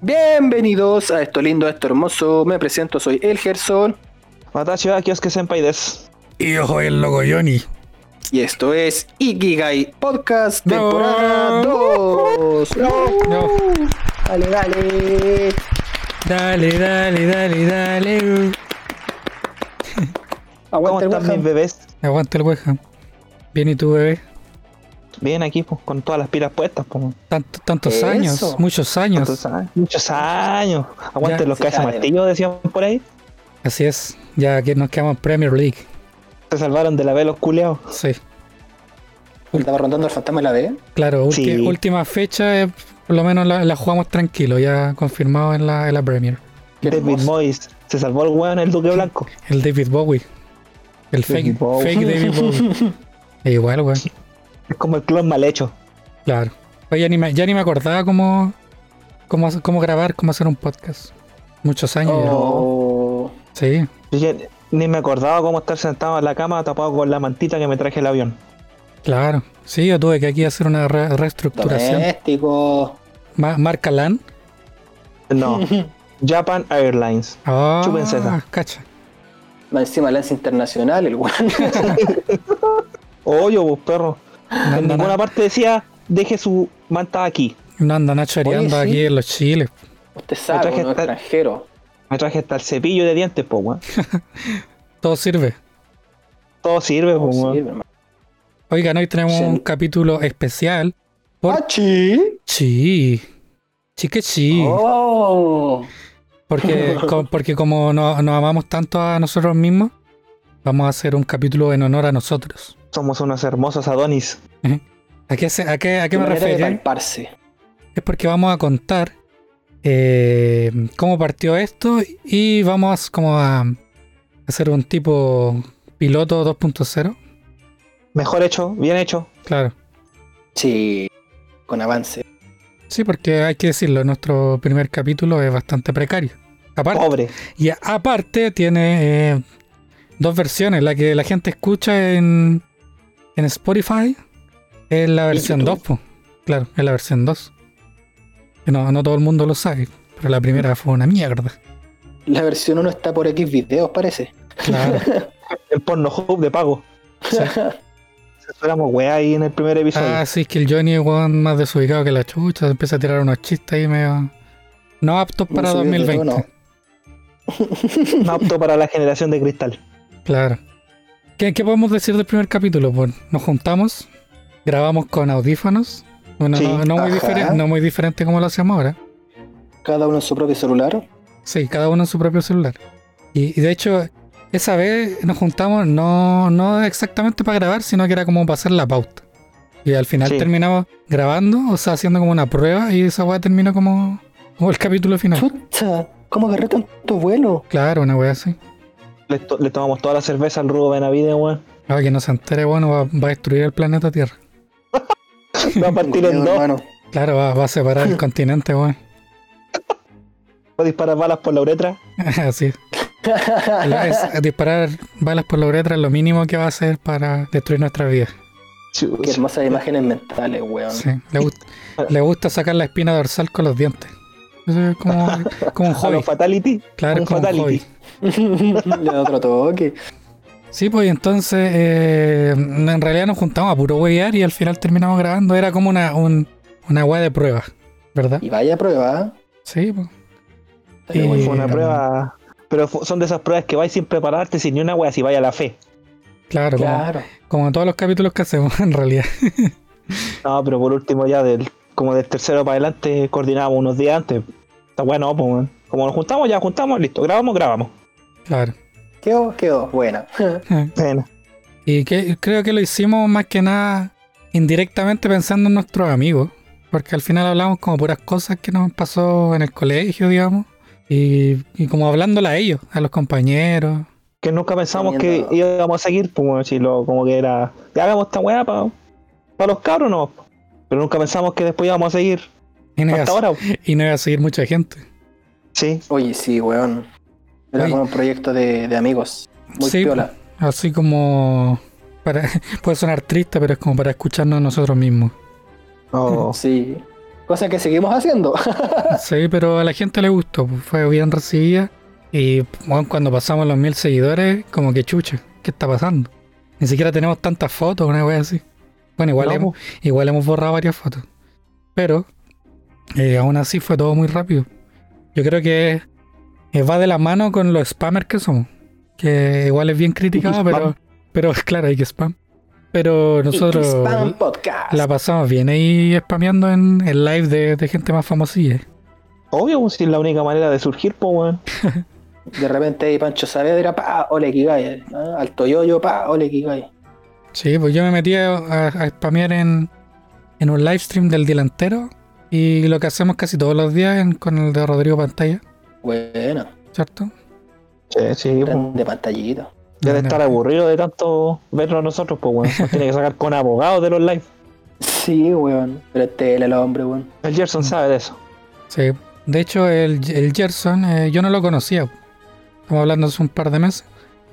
Bienvenidos a Esto Lindo, Esto Hermoso. Me presento, soy El Gerson. Watashi wa Kyosuke Senpai desu. Y ojo el logo Johnny. Y esto es Ikigai Podcast, temporada 2. No. Dale, dale. Dale, dale, dale, dale. ¿Cómo Aguanta el están mis Wahan. bebés? Aguanta el hueja. Bien, ¿y tu bebé? Bien aquí, pues, con todas las pilas puestas, pues. Tanto- tantos Eso. años, muchos años. Entonces, ah, Muchos años. Ya. Aguanten los Sí, sabe. casamatillos, decían por ahí. Así es, ya que nos quedamos en Premier League. Se salvaron de la vez los culeados. Sí, Estaba rondando el fantasma de la B. claro, ulti- Sí. última fecha, eh, por lo menos la, la jugamos tranquilo, ya confirmado en la, en la Premier. Qué David hermoso. Moyes. Se salvó el weón el Duque Blanco. El David Bowie. El fake, David Bowie. fake David Bowie. E igual, weón. Es como el clon mal hecho. Claro. Oye, ya ni me, ya ni me acordaba cómo, cómo, hace- cómo grabar, cómo hacer un podcast. Muchos años Oh. ya. Sí. Yo ya ni me acordaba cómo estar sentado en la cama tapado con la mantita que me traje el avión. Claro, sí, yo tuve que aquí hacer una re- reestructuración. Doméstico. Ma- marca LAN. No. Japan Airlines. Ah, Chupen seda. cacha. Más encima lanza internacional, el weón. Hoyo, vos, perro. No En anda, ninguna parte decía, deje su manta aquí. no anda nachoreando Oye, sí. aquí en los chiles. Usted sabe, traje uno esta- extranjero. Me traje hasta el cepillo de dientes, po, weón. Todo sirve. Todo sirve, po, Oh, Sí, weón. hermano. Oigan, hoy tenemos Sí. un capítulo especial. Por- ¡Pachi! Sí. Sí que sí. ¡Oh! Porque, co- porque como no- nos amamos tanto a nosotros mismos, vamos a hacer un capítulo en honor a nosotros. Somos unos hermosos Adonis. ¿A qué, se- a qué, a qué me manera de refiero? palparse. es porque vamos a contar eh, cómo partió esto y vamos como a hacer un tipo piloto 2.0. Mejor hecho, bien hecho. Claro, Sí, con avance. sí, porque hay que decirlo, nuestro primer capítulo es bastante precario. Aparte, Pobre. y a- aparte tiene eh, dos versiones, la que la gente escucha en, en Spotify es la versión YouTube. 2, po. claro, es la versión 2. Que No, no todo el mundo lo sabe, pero la primera fue una mierda. La versión 1 está por X videos, parece. Claro. El porno hub de pago. Sí. Censuramos weá ahí en el primer episodio. Ah, sí, es que el Johnny es weón, más desubicado que la chucha. se Empieza a tirar unos chistes ahí medio. No aptos Muy para subido de 2020. tono. No apto para la generación de cristal. Claro. ¿Qué, qué podemos decir del primer capítulo? Pues nos juntamos, grabamos con audífonos. Bueno, Sí, no, no muy ajá. diferente, no muy diferente como lo hacemos ahora. Cada uno en su propio celular. Sí, cada uno en su propio celular. Y, y de hecho, esa vez nos juntamos no, no exactamente para grabar, sino que era como para hacer la pauta. Y al final Sí. terminamos grabando, o sea, haciendo como una prueba y esa weá terminó como, como el capítulo final. ¡Chucha! ¿Cómo agarré tanto vuelo? Claro, una wea así. Le, to- le tomamos toda la cerveza al Rubo Benavides, weón. Ahora que no se entere, bueno, va, va a destruir el planeta Tierra. Va a partir en Miedo, dos. hermano. Claro, va, va a separar el continente, weón. Va a disparar balas por la uretra. Así es. La- es- Disparar balas por la uretra es lo mínimo que va a hacer para destruir nuestra vida. Qué Chuch. hermosas imágenes mentales, weón. Sí. Le, gust- le gusta sacar la espina dorsal con los dientes. Eso es como, como un A los hobby. Fatality. Claro, un es como un fatality. hobby. Le da otro toque. Sí, pues y entonces eh, en realidad nos juntamos a puro huevear y al final terminamos grabando. Era como una, un, una weá de prueba, ¿verdad? Y vaya prueba. Sí, pues. Pero Y- bueno, Fue una Sí, prueba. Pero fu- son de esas pruebas que vais sin prepararte, sin ni una weá, si vaya a la fe. Claro, como- claro. como en todos los capítulos que hacemos en realidad. No, pero por último ya del, como del tercero para adelante coordinábamos unos días antes. Está bueno, pues weón. Como nos juntamos, ya juntamos, listo. Grabamos, grabamos. Claro. Quedó, quedó. Buena. Bueno, Y que, creo que lo hicimos más que nada indirectamente pensando en nuestros amigos. Porque al final hablamos como puras cosas que nos pasó en el colegio, digamos. Y, y como hablándola a ellos, a los compañeros. que nunca pensamos que Teniendo- íbamos a seguir, pues weón, si lo, como que era. Ya hagamos esta weá para los cabros, no. Pero nunca pensamos que después íbamos a seguir. Y no, iba a, Hasta ahora. y no iba a seguir mucha gente. Sí. Oye, sí, weón. Era Oye. como un proyecto de, de amigos. Muy Sí, piola. Así como. Para, puede sonar triste, pero es como para escucharnos a nosotros mismos. Oh, Sí. Cosa que seguimos haciendo. Sí, pero a la gente le gustó, pues, fue bien recibida. Y bueno, cuando pasamos los mil seguidores, como que chucha, ¿qué está pasando? Ni siquiera tenemos tantas fotos, una wea así. Bueno, igual, no, hemos, igual hemos borrado varias fotos. Pero eh, aún así fue todo muy rápido. Yo creo que eh, va de la mano con los spammers que somos. Que igual es bien criticado, pero, Spam. pero claro, hay que spam. Pero nosotros Spam Podcast. la pasamos bien ahí spameando en el live de, de gente más famosilla. Obvio, pues, si es la única manera de surgir, pues, weón. De repente ahí Pancho Saavedra, pa, ole Kigay. ¿no? Alto Yoyo, pa, ole Kigay. Sí, pues yo me metí a, a- a spamear en, en un live stream del delantero y lo que hacemos casi todos los días en- con el de Rodrigo Pantalla, Bueno, ¿cierto? Sí, sí, pues. grande pantallito. Debe Bueno, estar aburrido de tanto verlo a nosotros, pues, weón. Nos tiene que sacar con abogados de los live. Sí, weón. Pero este es el hombre, weón. El Mm. Gerson sabe de eso. Sí. De hecho, el, el Gerson, eh, yo no lo conocía. Estamos hablando hace un par de meses.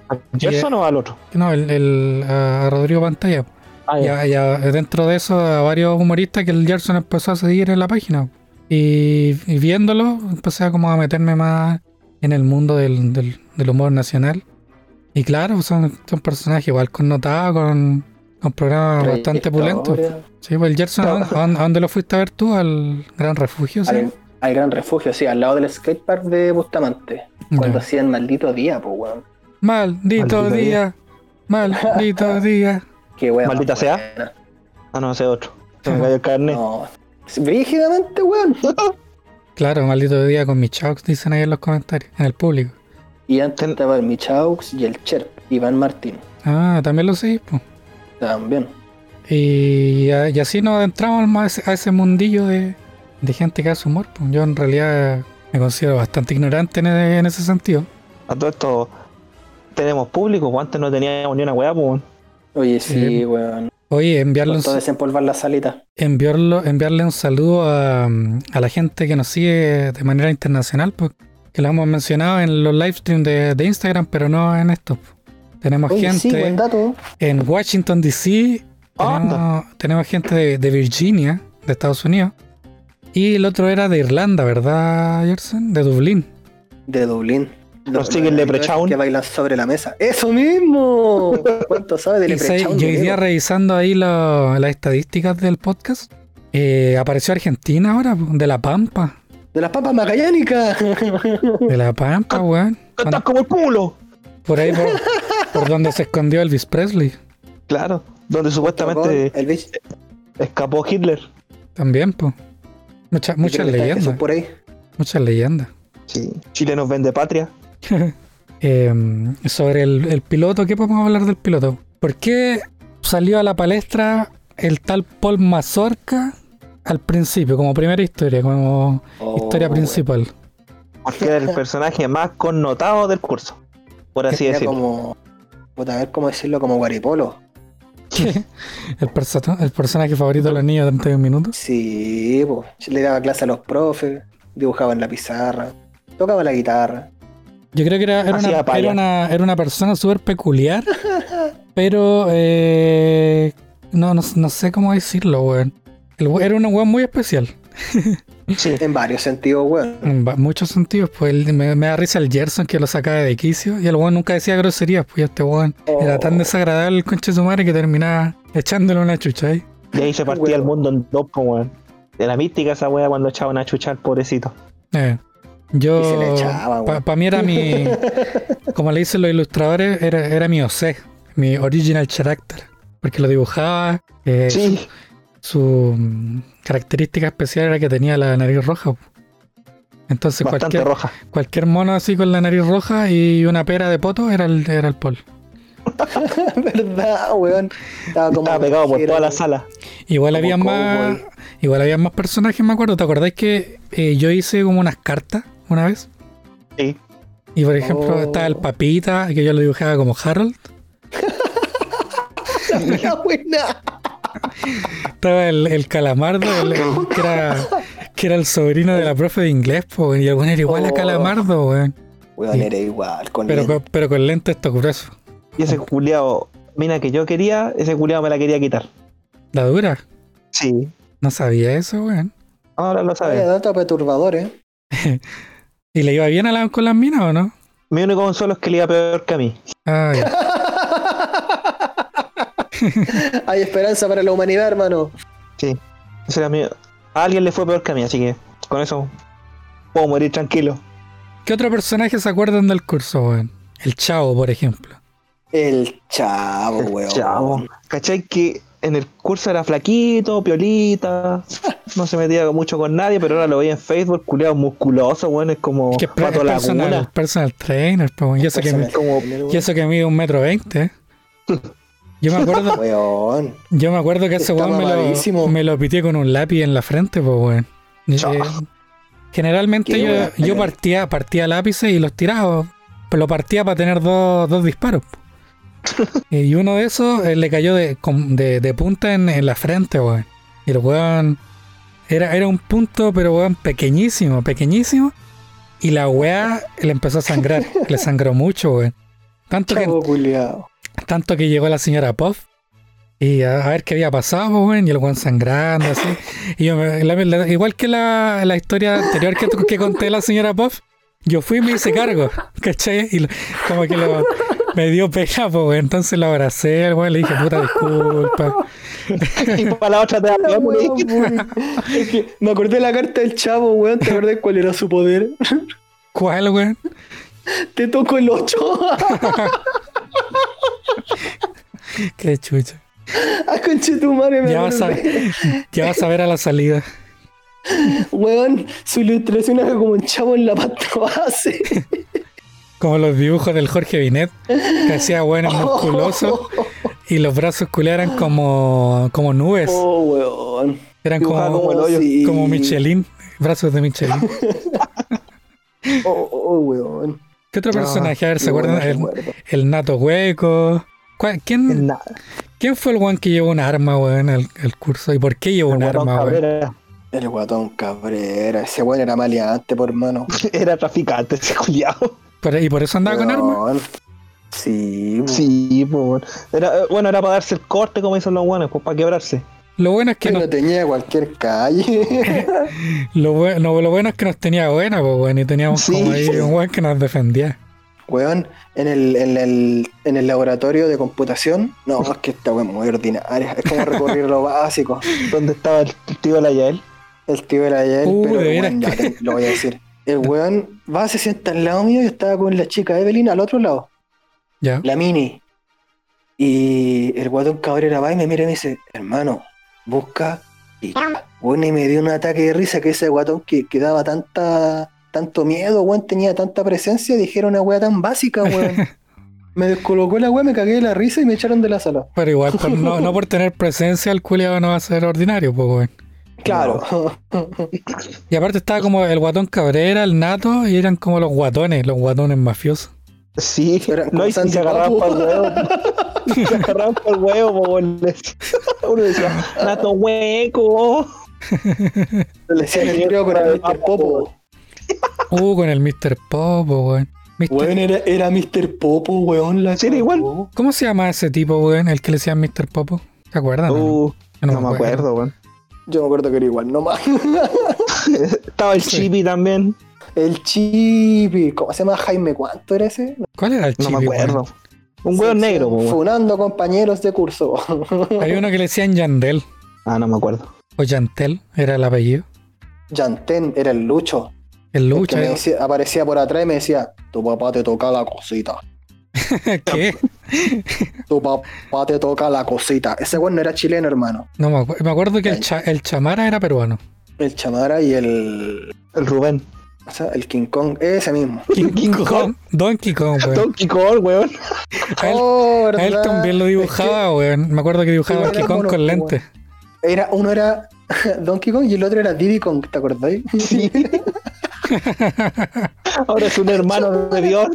¿Al Gerson o al otro? No, el, el- a Rodrigo Pantalla. Ah, Y ya. a- y a- dentro de eso, a varios humoristas que el Gerson empezó a seguir en la página. Y, y viéndolo, empecé a como a meterme más en el mundo del, del- del humor nacional. Y claro, son, son personajes igual connotados, con, con programas Ah, bastante pulentos. Trayectoria. Sí, pues el Gerson, ¿a, dónde- a dónde- a dónde lo fuiste a ver tú? ¿Al Gran Refugio? Sí. Al, al gran refugio, sí, al lado del skatepark de Bustamante. Cuando Ya. hacían maldito día, pues, weón. Maldito, Maldito día, día. maldito día. Qué weón. Maldita más sea. buena. Ah, no, ese otro. Se me cayó el carnet. No. Brígidamente, weón. Claro, maldito día con mis chaux, dicen ahí en los comentarios, en el público. Y antes Ten- estaba el Michaux y el Cherp, Iván Martín, Ah, también lo seguís, pues. también. Y, a- y así nos adentramos más a ese mundillo de, de gente que hace humor. pues. Yo en realidad me considero bastante ignorante en, e- en ese sentido. A todo esto tenemos público, pues, antes no teníamos ni una weá, pues, weón. Oye, sí, Sí. weón. Oye, enviarle un, Costó desempolvar la salita. enviarlo- enviarle un saludo a, mm, a la gente que nos sigue de manera internacional, pues, que lo hemos mencionado en los livestreams de, de Instagram, pero no en estos. pues. Tenemos Oye, sí, gente buen dato. en Washington, D.C., tenemos, tenemos gente de, de Virginia, de Estados Unidos. Y el otro era de Irlanda, ¿verdad, Gerson? De Dublín. De Dublín. Nos sigue el Los Leprechaun. Que bailan sobre la mesa. ¡Eso mismo! ¿Cuánto sabe de Y sé- Leprechaun? y hoy día Diego? revisando ahí lo- las estadísticas del podcast, eh, apareció Argentina ahora, po, de la Pampa. De las papas magallánicas. De la Pampa, weón. ¡Cantas como el pulo! Por ahí, por, por donde se escondió Elvis Presley. Claro, donde supuestamente El bicho. escapó Hitler. También, pues. Muchas Yo creo que está pues. Jesús leyendas. por ahí. Muchas leyendas. Sí. Chile nos vende patria. Eh, sobre el, el piloto, ¿qué podemos hablar del piloto? ¿Por qué salió a la palestra el tal Paul Mazorca al principio, como primera historia, como Oh, historia weón. principal? Porque era el personaje más connotado del curso. Por así Era decirlo. como... Puta, a ver cómo decirlo, como guaripolo. El, perso- el personaje favorito de los niños de 31 minutos. Sí, pues. Le daba clase a los profes, dibujaba en la pizarra, tocaba la guitarra. Yo creo que era, era Hacía una, paya. era, una, era una persona súper peculiar, pero eh, no, no, no sé cómo decirlo, weón. El we- Era un weón muy especial, Sí. En varios sentidos, weón. en va- muchos sentidos. Pues el- me, me da risa el Gerson que lo sacaba de quicio y el weón nunca decía groserías, pues y este weón era Oh. tan desagradable el conche de su madre que terminaba echándole una chucha ahí. Y ahí se partía el mundo en dos, pues, weón. Era mística esa wea cuando echaban a chuchar, pobrecito. Eh, Y se le yo, echaba, para weón. mí era mi, como le dicen los ilustradores, era, era mi OC, mi original character, porque lo dibujaba, eh, Sí. su mm, característica especial era que tenía la nariz roja. po. Entonces Bastante cualquier, roja. cualquier mono así con la nariz roja y una pera de poto era el, era el Paul. ¿Verdad, weón? Estaba como. Estaba pegado por era- toda la sala. Igual Como había más, cowboy. igual había más personajes, me acuerdo. ¿Te acordáis que eh, yo hice como unas cartas una vez? Sí. Y por ejemplo, Oh. estaba el Papita, que yo lo dibujaba como Harold. La buena. Estaba el, el calamardo, el- el- que, era, que era el sobrino de la profe de inglés, po, weón, y el weón era igual a Oh. calamardo, weón. Weón, Sí. era igual con Pero, lente. con- pero con lentes estos gruesos. Y ese culiao, mina que yo quería, ese culiao me la quería quitar. La dura. Sí. No sabía eso, weón. Ahora lo Oye, sabes. dato perturbador, ¿eh? ¿Y le iba bien a la, con las minas o no? Mi único consuelo es que le iba peor que a mí. Ah, ya. Hay esperanza para la humanidad, hermano. Ese era mi... A alguien le fue peor que a mí, así que con eso puedo morir tranquilo. ¿Qué otro personaje se acuerdan del curso, weón? El Chavo, por ejemplo. El chavo, weón. Chavo. ¿Cachai? Que en el curso era flaquito, piolita, no se metía mucho con nadie, pero ahora lo veía en Facebook, culiado musculoso, bueno, es como Que es pre- pato es personal, laguna. personal trainer, po, weón. Y eso que me- Personal como- trainer, Y eso que mide un metro veinte. Yo me acuerdo, Weón. yo me acuerdo que ese Está weón me lo, mamadísimo. me lo pité con un lápiz en la frente, pues weón. Y- Chao. eh, Generalmente Qué yo, weón. yo partía, partía lápices y los tiraba. Pero lo partía para tener dos, dos disparos. po. y uno de esos eh, le cayó de, con- de, de punta en, en la frente, weón. Y el weón. Era, era un punto, pero weón, pequeñísimo, pequeñísimo. Y la weá le empezó a sangrar. le sangró mucho, weón. Tanto que Chavo culiao. tanto que llegó la señora Puff y a, a ver qué había pasado, pues, weón, y el weón sangrando, así. Y yo me- la- la- igual que la, la historia anterior que, que conté de la señora Puff, yo fui y me hice cargo, ¿cachai? Y lo- como que lo, me dio pena, pues, weón. entonces lo abracé, el weón, le dije, puta, disculpa. Y para la otra te da Weón, peor, culiao. weón. Es que me acordé de la carta del chavo, weón. ¿Te acordás cuál era su poder? ¿Cuál, weón? Te toco el 8. Qué chucha. A conchetumare, me Ya vas, a, acordé. ya vas a ver a la salida. Weón, su ilustración era como un chavo en la pasta base. Como los dibujos del Jorge Binet, que hacía weones musculosos y los brazos culearan como, como nubes. Oh, weón. Eran Dibujaba como, como el hoyo. Sí. como Michelin, brazos de Michelin. Oh, oh, weón. ¿Qué otro Ah, personaje? A ver, ¿se Qué bueno acuerdan? El, recuerdo. el Nato Hueco. ¿Cuál- ¿Quién, Nada, ¿Quién fue el one que llevó un arma, weón, al, al curso? ¿Y por qué llevó un guatón arma, weón? Cabrera El guatón cabrera. Ese weón era maleante, por hermano. Era traficante ese culiao. Por- ¿Y por eso andaba con arma? Weón. Sí, weón. Sí, pues bueno. Era, bueno, era para darse el corte como dicen los guanes, pues para quebrarse. Lo bueno es que Que no, lo tenía en cualquier calle. lo, bue- no, lo bueno es que nos tenía buena, pues, weón, y teníamos Sí. como ahí un weón que nos defendía. Weón, en el, en, el, en el laboratorio de computación. No, es que esta weón es muy ordinaria. Es como recorrer lo básico. ¿Dónde estaba el tío Layael? El tío era de él, Uh, pero de el weón, veras ya te- lo voy a decir. El weón va, se sienta al lado mío. Yo estaba con la chica Evelyn al otro lado, Ya. la mini. Y el guatón cabrera va y me mira y me dice: Hermano, busca. Y, weón, y me dio un ataque de risa que ese guatón que, que daba tanta, tanto miedo, weón, tenía tanta presencia. Dijera una weá tan básica, weón. Me descolocó la weá, me cagué de la risa y me echaron de la sala. Pero igual, por- no, no por tener presencia, el culiado no va a ser ordinario, pues, weón. Claro. Y aparte estaba como el guatón Cabrera, el Nato, y eran como los guatones, los guatones mafiosos. Sí, Eran como no, y se Sandy agarraban Papo. para el huevo. se agarraban para el huevo, po, les- Uno decía, Nato hueco. Le decían el trío con el Mr. Popo. Uh, con el Mr. Popo, weón. Mr. Weón, era, era Mr. Popo, weón. La Sí, era igual. cagó. ¿Cómo se llama ese tipo, weón? El que le decían Mr. Popo. ¿Se acuerdan? o Uh, Yo no, me acuerdo, weón. Yo me acuerdo que era igual, nomás. Estaba el Sí. Chibi también. El Chibi, ¿cómo se llama Jaime? ¿Cuánto era ese? ¿Cuál era el No chico? me acuerdo. Un huevo negro, po, weón. Funando compañeros de curso. Hay uno que le decían Yandel. Ah, no me acuerdo. O Yantel, era el apellido. Yantén era el Lucho. El el lucha. Que me decía- aparecía por atrás y me decía: Tu papá te toca la cosita. ¿Qué? Tu papá te toca la cosita. Ese weón no era chileno, hermano. No me acuerdo. Me acuerdo que el, cha- el chamara era peruano. El Chamara y el. El Rubén. o sea, el King Kong, ese mismo. King, King Kong. Kong. Donkey Kong, weón. Donkey Kong, weón. A él, Oh, a él ¿verdad? también lo Es que dibujaba, weón. Me acuerdo que dibujaba Igual Donkey era Kong mono, con weón. lentes. Era, uno era Donkey Kong y el otro era Diddy Kong, ¿te acordáis? Sí. Ahora es un hermano de Dios.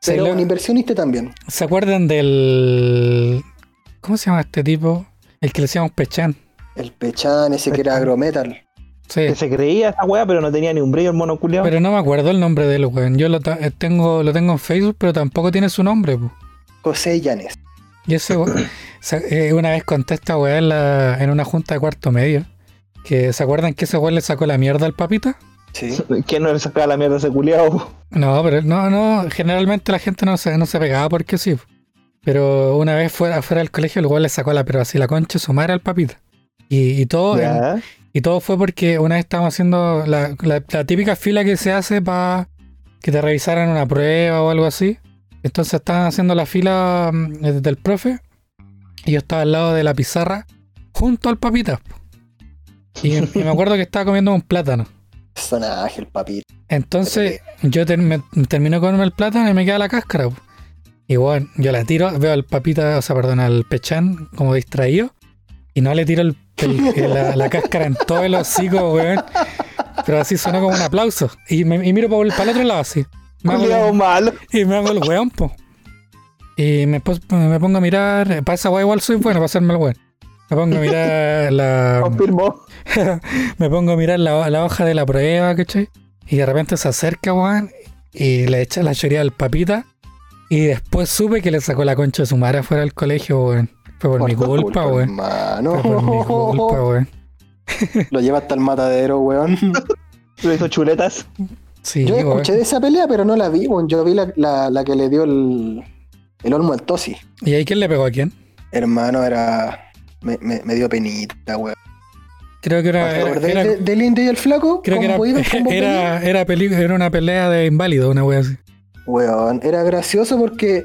¿Se, Pero lo- un inversionista también. ¿se acuerdan del. ¿Cómo se llama este tipo? El que le decíamos Pechan. El Pechan, ese que era agrometal. Sí. Que se creía esa weá, pero no tenía ni un brillo el mono culiao. Pero no me acuerdo el nombre de él, weón. Yo lo, ta- eh, tengo, lo tengo en Facebook, pero tampoco tiene su nombre, po. José Llanes. Y ese we- sa- eh, una vez contesta, weón, en, la- en una junta de cuarto medio. Que se acuerdan que ese weón le sacó la mierda al papita. Sí. ¿Quién no le sacaba la mierda a ese culiao? No, pero no, no, generalmente la gente no se, no se pegaba porque sí. po. Pero una vez fuera, fuera del colegio, el weón le sacó la pero así la concha de su madre al papita. Y, y todo en- Ya. Y todo fue porque una vez estábamos haciendo la, la- la típica fila que se hace para que te revisaran una prueba o algo así. Entonces estaban haciendo la fila mm, desde el profe y yo estaba al lado de la pizarra junto al papita. po. Y, y me acuerdo que estaba comiendo un plátano. Personaje, el papito. Entonces yo ter- me, termino con el plátano y me queda la cáscara. po. Y bueno, yo la tiro, veo al papita, o sea, perdón, al pechán como distraído. Y no le tiro el- el- el- la, la cáscara en todo el hocico, weón. Pero así sonó como un aplauso. Y, me, y miro para el otro lado así. Me hago- Culiao malo. y me hago el weón, po. Y me, pos- me pongo a mirar. Para esa weá igual soy bueno, para hacerme el weón. Me pongo a mirar la. Confirmó. me pongo a mirar la, ho- la hoja de la prueba, ¿cachai? Y de repente se acerca, weón, y le echa la choría al papita. Y después supe que le sacó la concha de su madre afuera del colegio, weón. Fue por, mi culpa, weón. Fue Hermano. por mi culpa, weón. Lo lleva hasta el matadero, weón. Le hizo chuletas. Sí, Yo weón. escuché de esa pelea, pero no la vi, weón. Yo vi la, la- la que le dio el, el olmo al tosi. ¿Y ahí quién le pegó a quién? Hermano, era. Me, me- me dio penita, weón. Creo que era. ¿Te era- acordás era- de- del indio y el flaco? creo que era. Combo ido, combo venido. Era, era, peli- era una pelea de inválido, una wea así. Weón, era gracioso porque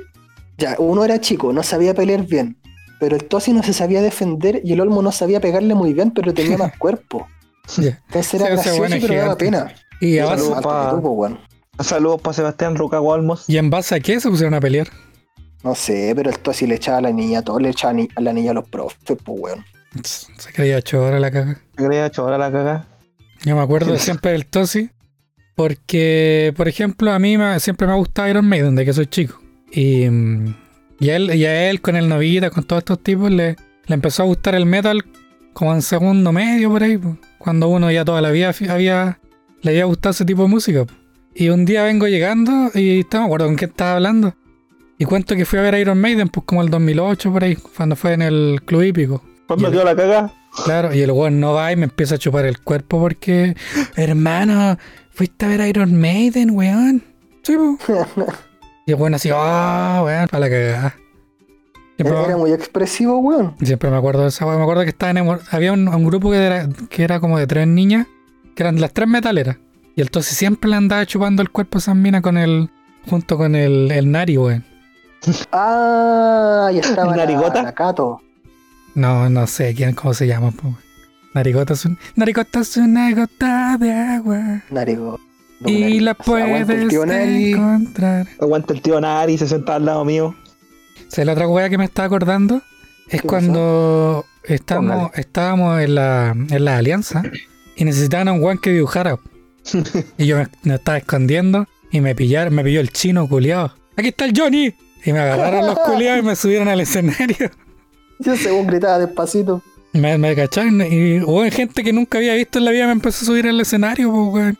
ya, uno era chico, no sabía pelear bien, pero el Tosi no se sabía defender y el Olmo no sabía pegarle muy bien, pero tenía más cuerpo. Ya. Entonces era Sí, ese gracioso, weón es pero daba gigante. pena. Y, a Era base- saludo. alto pa- que tú, po, weón. Saludos para Sebastián Roca Gualmos. ¿Y en base a qué se pusieron a pelear? No sé, pero el Tosi le echaba a la niña, todo le echaba a ni- a la niña a los profes, pues weón. Se creía chora la caga. Agrega ahora la caga. Yo me acuerdo siempre del Tosi. Porque, por ejemplo, a mí me- siempre me ha gustado Iron Maiden desde que soy chico. Y, mm, y, a él, y a él con el Novita, con todos estos tipos, le, le empezó a gustar el metal como en segundo medio por ahí. po, Cuando uno ya toda la vida fi- había, le había gustado ese tipo de música. po. Y un día vengo llegando y no me acuerdo con qué estaba hablando. Y cuento que fui a ver a Iron Maiden, pues como el 2008 por ahí, cuando fue en el Club Hípico. ¿Cuándo Ya. quedó la caga? Claro, y el weón no va y me empieza a chupar el cuerpo porque, hermano, fuiste a ver Iron Maiden, weón. Sí, po. Y el weón así, ah, weón, para la cagada. Siempre, Era, era me- muy expresivo, weón. siempre me acuerdo de esa weón. Me acuerdo que estaba enamor- había un, un grupo que era, que era como de tres niñas, que eran las tres metaleras. Y el Tosi siempre le andaba chupando el cuerpo a esas minas con el, junto con el, el Nari, weón. Ah, y estaba la, ¿Narigota? la Cato. No, no sé quién, cómo se llama, po, weón. Narigota es un- Narigota es una gota de agua. Narigo. Y la Aguanta el puedes tío Nari. encontrar. Aguanta el tío Nari, se sentaba al lado mío. O sea, la otra weá que me estaba acordando es ¿Qué cuando estábamos, Póngale. estábamos en, la, en la alianza y necesitaban a un weón que dibujara. y yo me, me estaba escondiendo y me pillaron, me pilló el chino culiado. ¡Aquí está el Johnny! Y me agarraron los culiados y me subieron al escenario. Yo según gritaba despacito. Me, me cacharon y hubo gente que nunca había visto en la vida me empezó a subir al escenario, po, weón.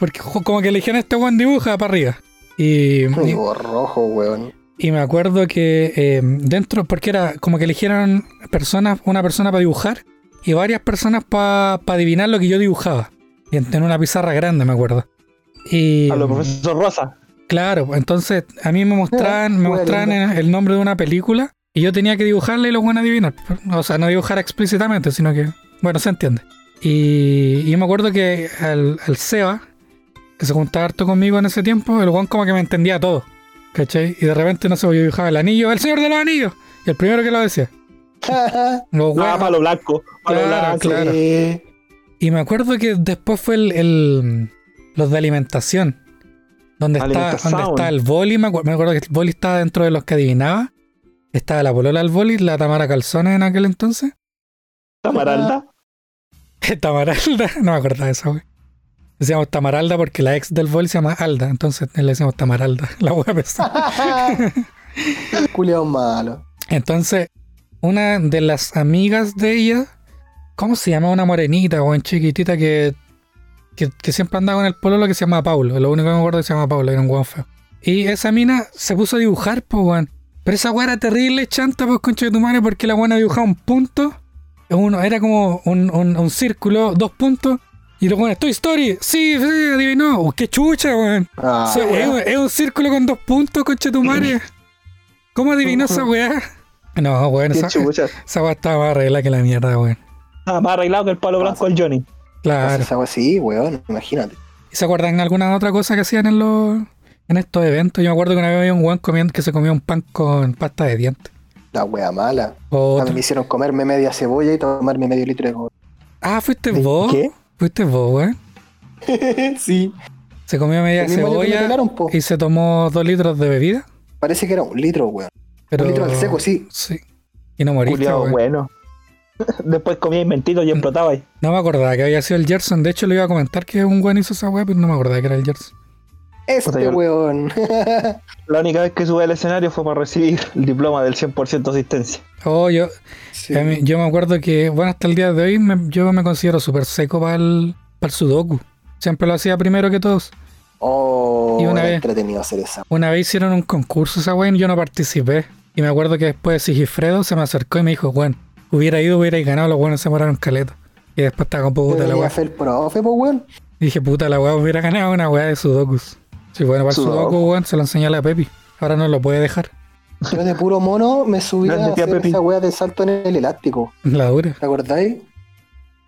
Porque jo- como que le dijeron a este weón dibuja para arriba. Y, y- Digo, rojo, weón. Y me acuerdo que eh, dentro, porque era como que eligieron personas, una persona para dibujar y varias personas para adivinar lo que yo dibujaba. Y En, en una pizarra grande, me acuerdo. Y A los profesor Rosa. claro, entonces a mí me mostraban, me Bueno, mostraban el, el nombre de una película y yo tenía que dibujarla y lo bueno adivinar. O sea, no dibujar explícitamente, sino que, bueno, se entiende. Y, y yo me acuerdo que al, al Seba, que se juntaba harto conmigo en ese tiempo, el guan como que me entendía todo. ¿Cachai? Y de repente, no sé, yo dibujaba el anillo, el señor de los anillos. Y el primero que lo decía. Ah, Los weones. palo blanco. Palo Claro, blanco. claro. Sí. Y me acuerdo que después fue el, el- los de alimentación. Donde está, Alimentación. donde está el boli, me, acu- me acuerdo que el boli estaba dentro de los que adivinaba. Estaba la polola al boli, la Tamara Calzones en aquel entonces. Eh, Tamaralda. Tamaralda, no me acordaba de esa wey. Decíamos Tamaralda porque la ex del boli se llama Alda, entonces le decíamos Tamaralda, la wea pesada. Culeado Ah. malo. Entonces, una de las amigas de ella, ¿cómo se llama? Una morenita, o en chiquitita que, que, que siempre andaba con el pololo que se llama Paulo. Lo único que me acuerdo es que se llama Paulo, era un guan feo. Y esa mina se puso a dibujar, pues, weón. Pero esa weá era terrible, chanta, pues, concha de tu madre, porque la buena dibujaba un punto. Uno, era como un, un, un círculo, dos puntos. Y luego, bueno, Toy Story, sí, sí, adivinó. Oh, ¡Qué chucha, weón! Ah, O sea, es, un- es un círculo con dos puntos, concha de tu madre. ¿Cómo adivinó esa weá? No, weón, Qué esa, chucha. esa weá estaba más arreglada que la mierda, weón. Ah, más arreglado que el palo blanco del Johnny. Claro. Esa weá sí, weón, imagínate. ¿Y se acuerdan alguna otra cosa que hacían en los en estos eventos? Yo me acuerdo que una vez había un weón comiendo que se comía un pan con pasta de dientes. La wea mala. O A mí otro- me hicieron comerme media cebolla y tomarme medio litro de coca. Ah, fuiste vos. Fuiste vos, weón. ¿Qué? sí. Se comió El media mismo año que me cebolla pegaron, po. y se tomó dos litros de bebida. Parece que era un litro, weón. Pero... Un litro al seco, sí. Sí. Y no moriste, Culiao, weón. bueno. Después comía inventitos y explotaba ahí. No me acordaba que había sido el Gerson. De hecho, le iba a comentar que un weón hizo esa weá, pero no me acordaba que era el Gerson. Este Puta, yo- weón. La única vez que subí al escenario fue para recibir el diploma del 100% asistencia. Oh, yo, Sí. a mí- yo me acuerdo que, bueno, hasta el día de hoy me- yo me considero súper seco para el, Sudoku. Siempre lo hacía primero que todos. Oh, Y una era vez- entretenido hacer esa. Una vez hicieron un concurso esa weá y yo no participé. Y me acuerdo que después Sigifredo se me acercó y me dijo, weón, hubiera ido, hubiera ganado, los weones se moraron caleta. Y después estaba con puta la Debería weá. hacer el profe, po, weón. Y dije, puta la weá, hubiera ganado una weá de Sudokus. Sí, bueno, para el Sudoku. Sudoku, weón, se lo enseñé a la Pepi. Ahora no lo puede dejar. Yo de puro mono me subí a Grande tía hacer Pepi. esa wea de salto en el elástico. La dura. ¿Te acordáis?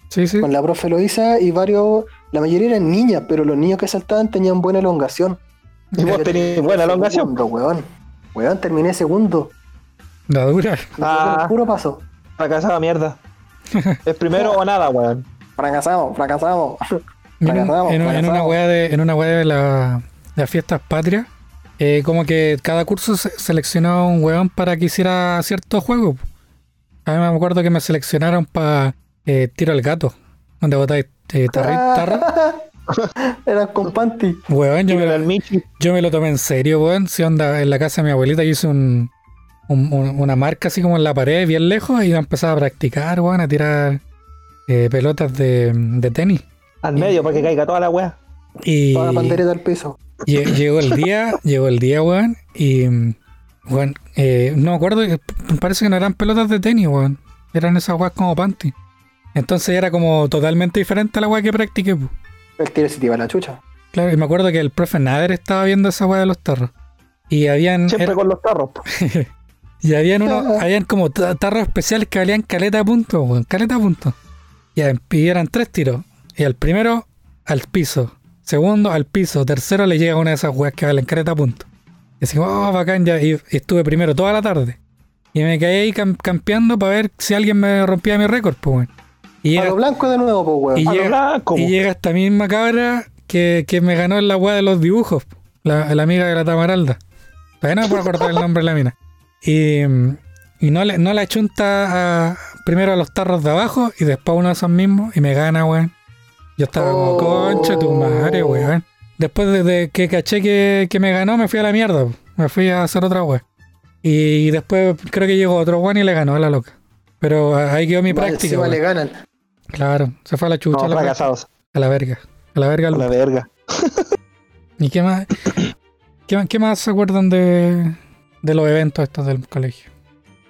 Sí, sí. Con la profe Loisa y varios. La mayoría eran niñas, pero los niños que saltaban tenían buena elongación. Y vos tenés buena elongación. Segundo, weón. Weón, terminé segundo. La dura. Ah. Puro paso. Fracasada mierda. Es primero o nada, weón. Fracasamos, fracasamos. En, un- Fracasamos, en un- en una fracasamos. weá de, en una weá de la, de las fiestas patrias, eh, como que cada curso se- seleccionaba un weón para que hiciera cierto juego. po. A mí me acuerdo que me seleccionaron para tiro al gato, donde botáis eh, Ah. tarri- tarra. Eran con panty. Weón, yo Y me, el lo, Michi. yo me lo tomé en serio, weón. Si onda, en la casa de mi abuelita yo hice un, un- un- una marca así como en la pared, bien lejos, y yo empezaba a practicar, weón, a tirar eh, pelotas de, de tenis. Al medio para que caiga toda la weá. Y... Toda la pandereta al piso. Lle- Llegó el día, llegó el día, weón, y mm, weón, eh, no me acuerdo, eh, p- parece que no eran pelotas de tenis, weón. Eran esas weas como panty. Entonces era como totalmente diferente a la wea que practiqué, po. El tiro se te iba a la chucha. Claro, y me acuerdo que el profe Nader estaba viendo esa wea de los tarros. Y habían, Siempre era- con los tarros. po. y habían uno, habían como ta- tarros especiales que valían caleta de puntos, weón, caleta de puntos. Y a- y eran tres tiros. Y al primero, al piso. Segundo, al piso. Tercero, le llega una de esas weas que valen caleta de puntos. Y así, oh, bacán, ya. Y, y estuve primero toda la tarde. Y me caí ahí cam- campeando para ver si alguien me rompía mi récord, pues, weón. Y A llega, lo blanco de nuevo, po, weón. y A lo llega- blanco. y po. llega esta misma cabra que, que me ganó en la weá de los dibujos. po. La, la amiga de la Tamaralda. Todavía no me puedo acordar el nombre de la mina. Y, mm, y no, le, no la chunta a- primero a los tarros de abajo y después a uno de esos mismos y me gana, weón. Yo estaba como, Oh. concha tu madre, weón. Después de, de que caché que, que me ganó, me fui a la mierda. po. Me fui a hacer otra weá. Y, después creo que llegó otro weón y le ganó a la loca. Pero ah, ahí quedó mi Más práctica. encima weón. le ganan. Claro, se fue a la chucha. No, la práctica. fracasados. A la verga. A la verga. A la verga. ¿Y qué más, qué, más- qué más se acuerdan de, de los eventos estos del colegio?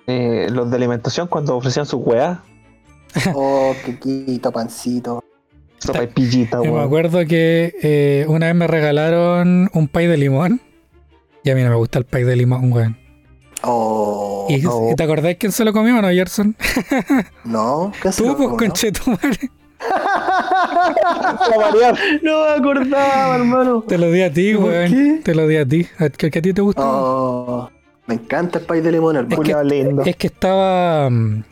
Eh, los de alimentación cuando ofrecían sus weas. Oh, quequito, pancito. Sopa y Ah, pillita, Yo me weón. acuerdo que eh, una vez me regalaron un pay de limón. Y a mí no me gusta el pay de limón, weón. Oh, ¿Y, no. ¿Te acordáis quién se lo comió o no, Gerson? No, ¿qué haces, Tú, pues, loco, conchetumare. Para variar. No me acordaba, hermano. Te lo di a ti, ¿Por weón. qué? Te lo di a ti. ¿A, que, que a ti te gusta? Oh, me encanta el país de limón, hermano. Culiao lindo. Es que estaba mm,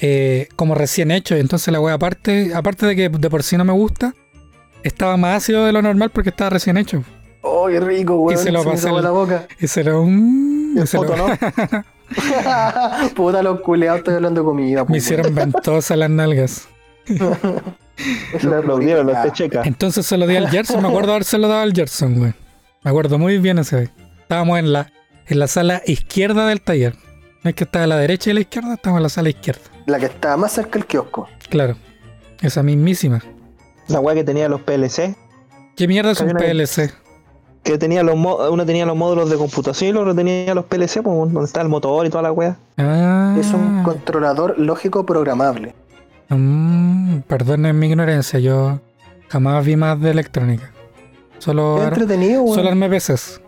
eh, como recién hecho, entonces la wea aparte, aparte de que de por sí no me gusta, estaba más ácido de lo normal porque estaba recién hecho. Oh, qué rico, Y weón. se lo me pasé hizo agua al- la boca. Y se lo... mm, El se lo- foto, ¿no? Puta, los culeados, estoy hablando de comida. pues, po, me hicieron ventosa las nalgas. weón. Eso Le es aplaudieron los rico, de checa. Entonces se lo di al Gerson, me acuerdo haberse lo dado al Gerson, güey. Me acuerdo muy bien ese día. Estábamos en la, en la sala izquierda del taller. No es que está a la derecha y a la izquierda, estamos en la sala izquierda. La que está más cerca del kiosco. Claro. Esa mismísima. La weá que tenía los PLC, ¿Qué mierda es Hay un una- PLC? que tenía los mo- uno tenía los módulos de computación y el otro tenía los PLC, pues, donde está el motor y toda la weá. Ah, Es un controlador lógico programable. mm, perdonen mi ignorancia, yo jamás vi más de electrónica. Solo, Es ar- entretenido, solo weón. armé veces.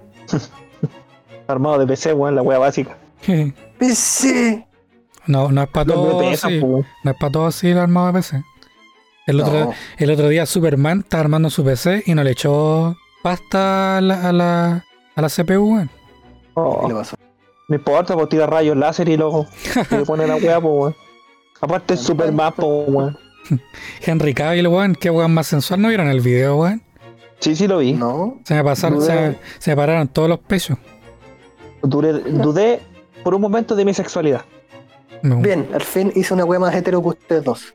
Armado de PC, weón, la weá básica. PC. No, Ah, no es para Los todos, BPS, sí. pues, weón. No es para todos, sí, el armado de PC. El otro, No, el otro día Superman estaba armando su PC y no le echó pasta a la, a la, a la CPU, weón. Oh, ¿qué le pasó? no importa, pues tira rayos láser y luego y le pone la weá, pues, weón. Aparte es Superman, pues, weón. Henry Cavill, weón, qué weón más sensual. ¿No vieron el video, weón? Sí, sí lo vi. No. Se me pasaron, No, se, me- weón. se me pararon todos los pechos. Duré- dudé por un momento de mi sexualidad. Me- Bien, al fin hice una wea más hetero que ustedes dos.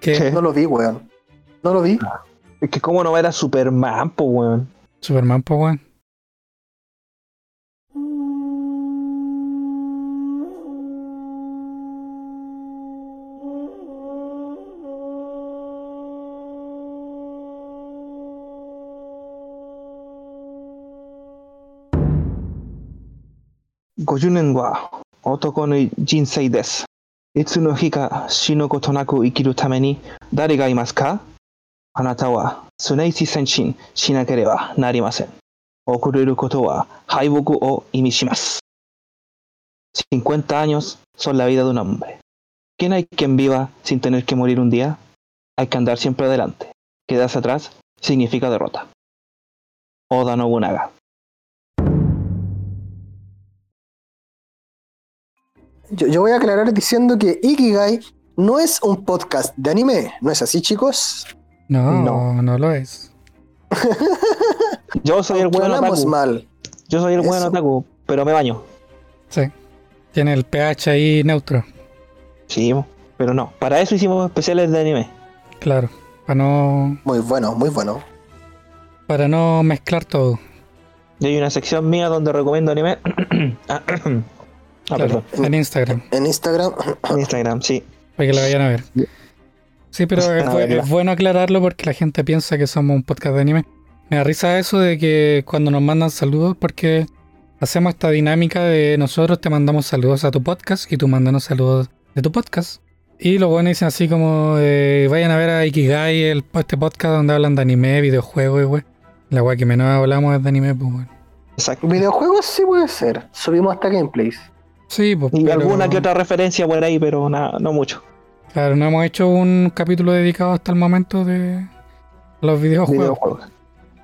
que No lo vi, weón. No lo vi. Es que cómo no era Superman, pues, weón. Superman, pues, weón. Gojunen wa otoko no jinsei desu. Itsu no hi ka shino koto naku ikiru tame ni dare ga imasu ka? Anata wa tsuneishi senshin shinakereba narimasen. Ocurrir koto wa haiboku o imishimasu. 50 años son la vida de un hombre. ¿Quién hay quien viva sin tener que morir un día? Hay que andar siempre adelante. Quedarse atrás significa derrota. Oda Nobunaga. Yo, yo voy a aclarar diciendo que Ikigai no es un podcast de anime. ¿No es así, chicos? No, no, No. lo es. Yo soy el Aunque bueno hablamos otaku. mal. Yo soy el bueno Eso. otaku, pero me baño. Sí. Tiene el pH ahí neutro, Sí, pero no. Para eso hicimos especiales de anime. claro. Para no, Muy bueno, muy bueno. para no mezclar todo. Y hay una sección mía donde recomiendo anime. ah, ah, claro, perdón. en Instagram, En Instagram, En Instagram, sí. para que la vayan a ver. Sí, pero es, A bu- verla. es bueno aclararlo porque la gente piensa que somos un podcast de anime. Me da risa eso de que cuando nos mandan saludos, porque hacemos esta dinámica de nosotros te mandamos saludos a tu podcast y tú mandanos saludos de tu podcast. Y los buenos dicen así como, eh, vayan a ver a Ikigai, el, este podcast donde hablan de anime, videojuegos y wey. La weá que menos hablamos es de anime, pues weón. Exacto. videojuegos sí puede ser. Subimos hasta gameplays. Sí, pues. Y pero- alguna que otra referencia por ahí, pero nada, no mucho. Claro, no hemos hecho un capítulo dedicado hasta el momento de los videojuegos. Videojuegos.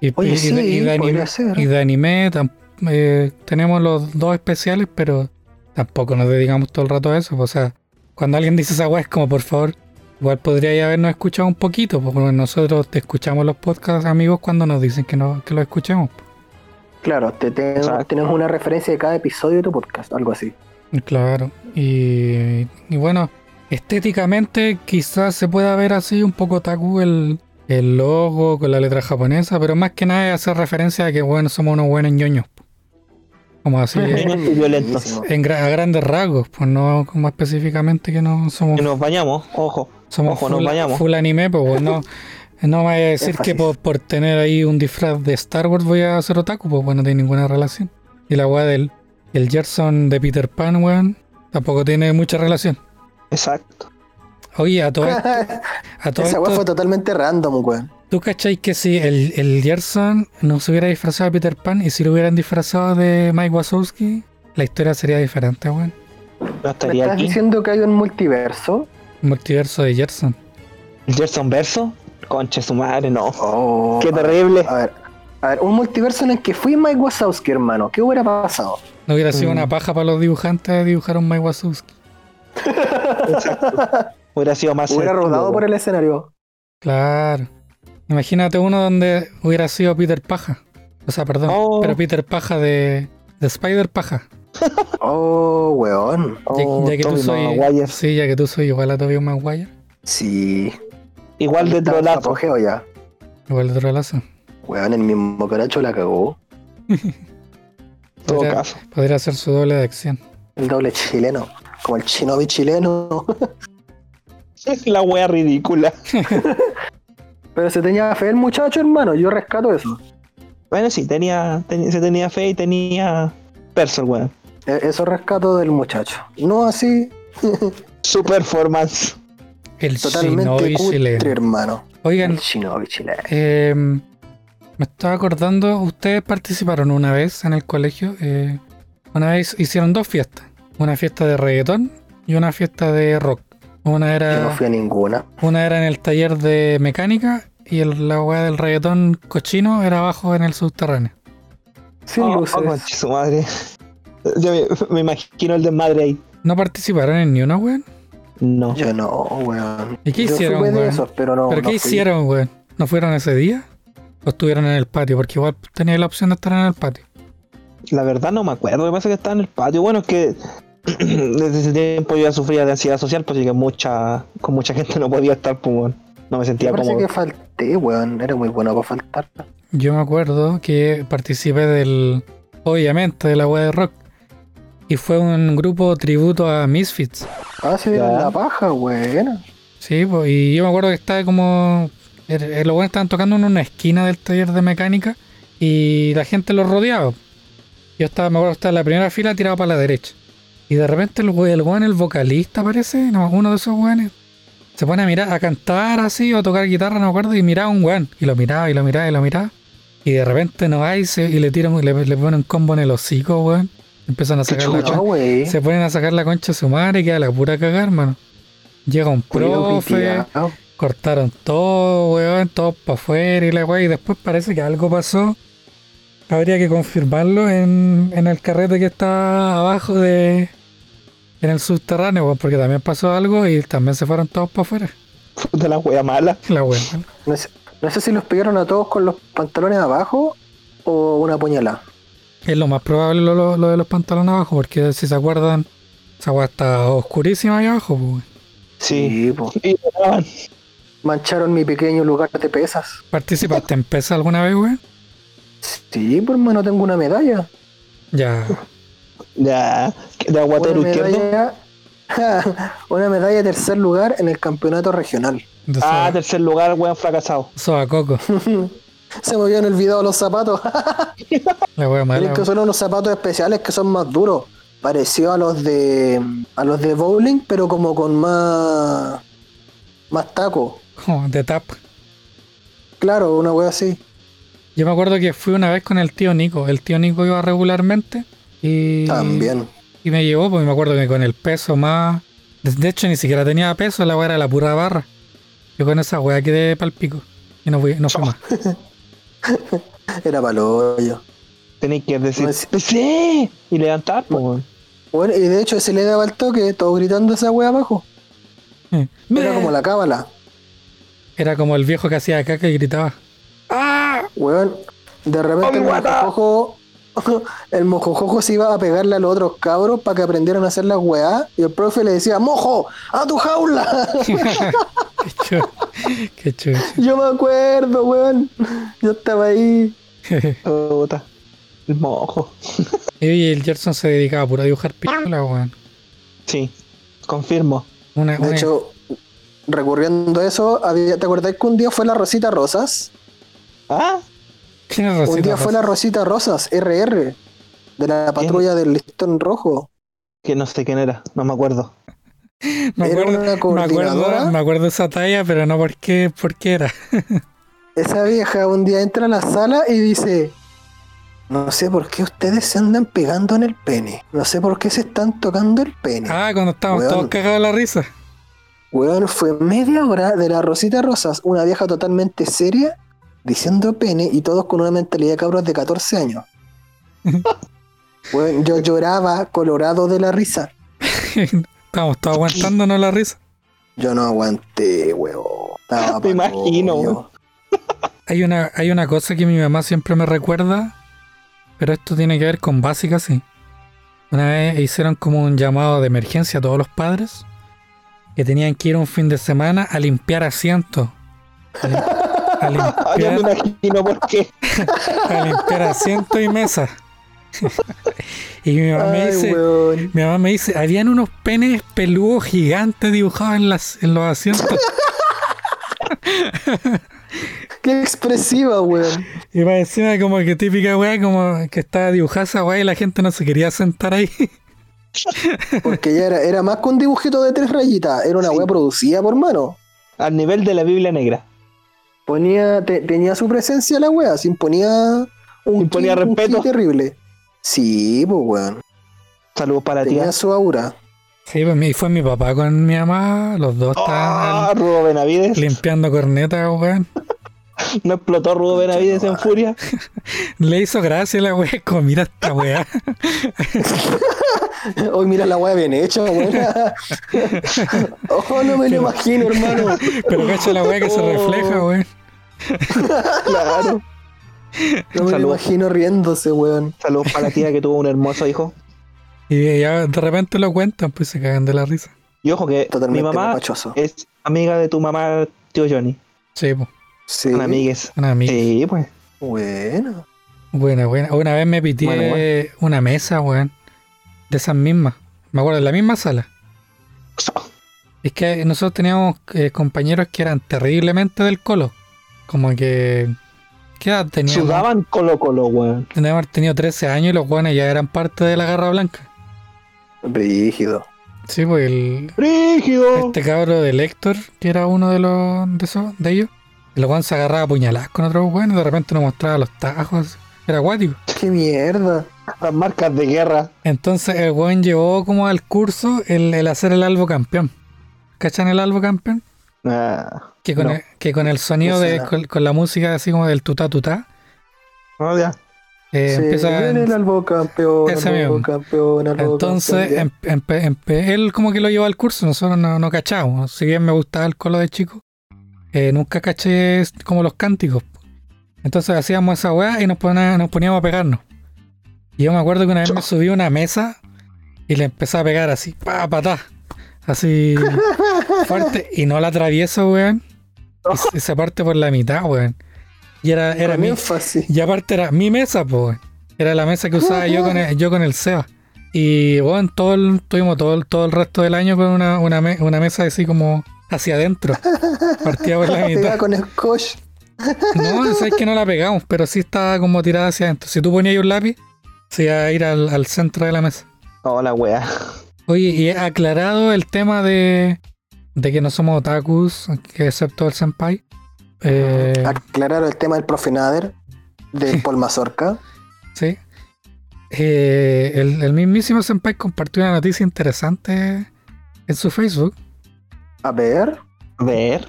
Y, y- Oye, y sí, de- y de anime, podría ser. y de anime tam- eh, tenemos los dos especiales, pero tampoco nos dedicamos todo el rato a eso. O sea, cuando alguien dice esa weá es como, por favor, igual podríais habernos escuchado un poquito, porque nosotros te escuchamos los podcasts, amigos, cuando nos dicen que, no, que los escuchemos. Claro, te tengo- Exacto. tenemos una referencia de cada episodio de tu podcast, algo así. Claro, y, y bueno, estéticamente quizás se pueda ver así un poco taku el, el logo con la letra japonesa, pero más que nada es hacer referencia a que bueno, somos unos buenos ñoños. po. Como así, en, Ñoños y violentos. gra- a grandes rasgos, pues no como específicamente que no somos, Y nos bañamos, ojo. somos ojo, nos full, bañamos. full anime, pues bueno, no, no me vaya a decir que Énfasis. por, por tener ahí un disfraz de Star Wars voy a hacer otaku, pues bueno, no tiene ninguna relación. Y la weá del el Gerson de Peter Pan, weón, tampoco tiene mucha relación. Exacto. Oye, a todo, esto- a todo Esa esto, weá fue totalmente random, weón. ¿tú cacháis que si el, el Gerson no se hubiera disfrazado de Peter Pan y si lo hubieran disfrazado de Mike Wazowski, la historia sería diferente, weón? Yo ¿Me estaría estás aquí. diciendo que hay un multiverso? Multiverso de Gerson. Gerson Verso. Conche su madre, no. Oh, Qué a ver, terrible. A ver, a ver, un multiverso en el que fui Mike Wazowski, hermano. ¿Qué hubiera pasado? No hubiera sido Mm. una paja para los dibujantes dibujar un Mike Wazowski. Hubiera sido Ah, más. Hubiera certero. rodado por el escenario. Claro. Imagínate uno donde hubiera sido Peter Paja. O sea, perdón, Oh. pero Peter Paja de, de Spider Paja. Oh, weón. Ya, Oh, ya que tú Tobey soy, Maguire. sí, ya que tú soy igual a Tobey Maguire, Sí. Igual de Estamos en trolato. apogeo ya. igual de otro lazo. Weón, el mismo caracho la cagó. todo Podría, caso. podría ser su doble de acción. El doble chileno. Como el shinobi chileno. Es la wea ridícula. Pero se tenía fe el muchacho, hermano. Yo rescato eso. Bueno, sí, tenía, ten- se tenía fe y tenía perso, el weón. E- Eso rescato del muchacho. No así, Su performance. El totalmente shinobi cutre, chileno. hermano. Oigan, El shinobi chileno. eh, me estaba acordando, ustedes participaron una vez en el colegio. eh, una vez hicieron dos fiestas. Una fiesta de reggaetón y una fiesta de rock. Yo Una no era, fui a ninguna. una era en el taller de mecánica y el- la weá del reggaetón cochino era abajo en el subterráneo. Sin Ah, Oh, luces. oh, conche su madre. Yo me, me imagino el desmadre ahí. ¿No participaron en ni una, weón? No. Yo no, weón. ¿Y qué Yo hicieron, supe de weón? esos, pero no, ¿Pero no qué fui. hicieron, weón? ¿No fueron ese día? ¿O estuvieron en el patio? Porque igual tenía la opción de estar en el patio. La verdad no me acuerdo. Lo que pasa es que estaba en el patio. Bueno, es que desde ese tiempo yo ya sufría de ansiedad social, pues así que mucha, con mucha gente no podía estar, pues, weón. No me Me sentía parece cómodo. que falté, weón. Era muy bueno para faltar. Yo me acuerdo que participé del. Obviamente, de la web de rock. Y fue un grupo tributo a Misfits. Ah, sí, Ya. era la paja, weón. Sí, po, y yo me acuerdo que estaba como. er- er, Los buenos estaban tocando en una esquina del taller de mecánica y la gente los rodeaba. Yo estaba, me acuerdo, que estaba en la primera fila tirado para la derecha. Y de repente el we- el weón, el vocalista parece, no, uno de esos weones, se pone a mirar, a cantar así o a tocar guitarra, no me acuerdo, y miraba a un weón. Y lo miraba y lo miraba y lo miraba. Y de repente no va y, se- y le tiran, le, le ponen un combo en el hocico, weón. Empiezan a Qué sacar la chulo. concha. No, Ah, wey. Se ponen a sacar la concha de su madre y queda la pura cagar, hermano. Llega un Culiao profe, pitiado. cortaron todo, weón, todo para afuera y la weá. Y después parece que algo pasó. Habría que confirmarlo en, en el carrete que está abajo de. en el subterráneo, weón, porque también pasó algo y también se fueron todos para afuera. De la wea mala. La weá, weón. No sé, no sé si los pegaron a todos con los pantalones abajo o una puñalada. Es lo más probable lo, lo- lo de los pantalones abajo, porque si se acuerdan, esa weá está oscurísima ahí abajo, pues, weón. Sí. po. Y lloraban. Mancharon mi pequeño lugar de pesas. ¿Participaste en PESA alguna vez, weón? Sí, pues hermano, tengo una medalla. Ya. Ya, de aguatero una izquierdo. medalla. una medalla de tercer lugar en el campeonato regional. de Ah, soda- tercer lugar, weón fracasado. Soda Coco. Se me habían olvidado los zapatos. La wea mala. Tienen que wea. son unos zapatos especiales que son más duros. Pareció a los de a los de bowling, pero como con más más taco. Como de tap. Claro, una wea así. Yo me acuerdo que fui una vez con el tío Nico. El tío Nico iba regularmente y, También. y me llevó, porque me acuerdo que con el peso más. De- De hecho, ni siquiera tenía peso, la wea era la pura barra. Yo con esa wea quedé palpico. Y no fui, no fui más. Era palo Tenéis que decir, No, es- sí, y levantar, pues, weón. Bueno, y de hecho ese le daba el toque, todo gritando esa wea abajo. Era como la cábala. Era como el viejo que hacía caca y gritaba. ¡Ah! Weón, de repente el ¡Obi-Wana! mojojojo, el mojojojo se iba a pegarle a los otros cabros para que aprendieran a hacer las weá. Y el profe le decía, mojo, a tu jaula. qué chulo. Qué chulo. Yo me acuerdo, weón. Yo estaba ahí. Puta. El mojo. y el Gerson se dedicaba a puro dibujar pistola, weón. Sí, confirmo. Una, De una- hecho, recurriendo a eso, había- ¿te acordás que un día fue la Rosita Rosas? Ah, ¿quién es un Rosita día fue la Rosita Rosas, RR, de la patrulla del listón rojo. que no sé quién era, no me acuerdo. Me Era acuerdo, una me acuerdo, coordinadora. me acuerdo esa talla, pero no por qué, por qué era. Esa vieja un día entra a la sala y dice: No sé por qué ustedes se andan pegando en el pene. No sé por qué se están tocando el pene. Ah, cuando estábamos Weón. todos cagados de la risa. Weón, fue media hora de la Rosita Rosas, una vieja totalmente seria, diciendo pene y todos con una mentalidad de cabros de 14 años. Weón, yo lloraba colorado de la risa. estábamos todos aguantándonos la risa. Yo no aguanté, weón. Estaba Me pa'l imagino, hoyo. weón. Hay una, hay una cosa que mi mamá siempre me recuerda, pero esto tiene que ver con básica, sí. Una vez hicieron como un llamado de emergencia a todos los padres que tenían que ir un fin de semana a limpiar asientos. A, lim- a Ah, ya me limpiar, imagino por qué. a limpiar asientos y mesas. y mi mamá me Ay, dice, weón. mi mamá me dice, habían unos penes peludos gigantes dibujados en las en los asientos. Qué expresiva, weón. Y más encima como que típica weá, como que estaba dibujada esa weá y la gente no se quería sentar ahí. Porque ya era, era más que un dibujito de tres rayitas. Era una Sí. weá producida por mano. Al nivel de la Biblia Negra. Ponía, te- tenía su presencia la weá, sin ponía un Imponía ki- un ki respeto. terrible. Sí, pues weón. Saludos para ti. Tenía su aura. Sí, pues mi, fue mi papá con mi mamá, los dos estaban Ah, Rudo Benavides. limpiando cornetas, weón. No explotó Rudo Benavides en furia. Le hizo gracia la weá, como mira esta weá. Hoy mira la weá bien hecha, weón. Ojo, no me lo imagino, hermano. Pero cacha la weá que se refleja, weón. Claro. No me lo Salud. imagino riéndose, weón. Saludos para la tía que tuvo un hermoso hijo. Y ya de repente lo cuentan, pues se cagan de la risa. Y ojo que Totalmente mi mamá mapachoso. es amiga de tu mamá, tío Johnny. Sí, pues, Sí. Son amigues. una amiga. Sí, pues. Bueno. Buena, buena. Una vez me pité Bueno, una mesa, weón. De esas mismas. Me acuerdo, de la misma sala. Es que nosotros teníamos eh, compañeros que eran terriblemente del colo. Como que. ¿Qué edad teníamos? Sudaban Colo Colo, weón. Teníamos que haber tenido 13 años y los guanes ya eran parte de la garra blanca. Brígido. Sí, pues el, ¡Rígido! este cabro de Lector, que era uno de los de esos, de ellos, el guan se agarraba a puñaladas con otros guanes y de repente nos mostraba los tajos. Era acuático. Qué mierda. Las marcas de guerra. Entonces el weón llevó como al curso el, el hacer el albo campeón. ¿Cachan el albo campeón? Ah, Que con, No. el, que con el sonido Ese de, no. con, con la música así como del tuta tuta, no, Oh, ya. eh, Sí, empieza. viene el albo campeón, Ese albo mismo. campeón, albo Entonces, campeón. em- empe- empe- él como que lo llevó al curso, nosotros no, no cachábamos. Si bien me gustaba el colo de chico, eh, nunca caché como los cánticos. Entonces hacíamos esa weá y nos, pone- nos poníamos a pegarnos. Y yo me acuerdo que una vez me subí a una mesa y le empecé a pegar así, pa, patá. Así fuerte. Y no la atravieso, weón. Y se- se parte por la mitad, weón. Y era, era Con mi, énfasis. y aparte era mi mesa, pues. Era la mesa que usaba yo con el, yo con el Seba. Y bueno, todo el- tuvimos todo el, todo el resto del año con una, una, me- una mesa así como hacia adentro. Partida por la Pegada mitad. con scotch. No, o sea, es que no la pegamos, pero sí estaba como tirada hacia adentro. Si tú ponías ahí un lápiz, se iba a ir al, al centro de la mesa. Hola, Oh, wea. Oye, y he aclarado el tema de, de que no somos otakus, que excepto el senpai. Eh, Ah, Aclararon el tema del profe Nader, de Paul Mazorca. Sí. Eh, el, el mismísimo Senpai compartió una noticia interesante en su Facebook. A ver. Ver.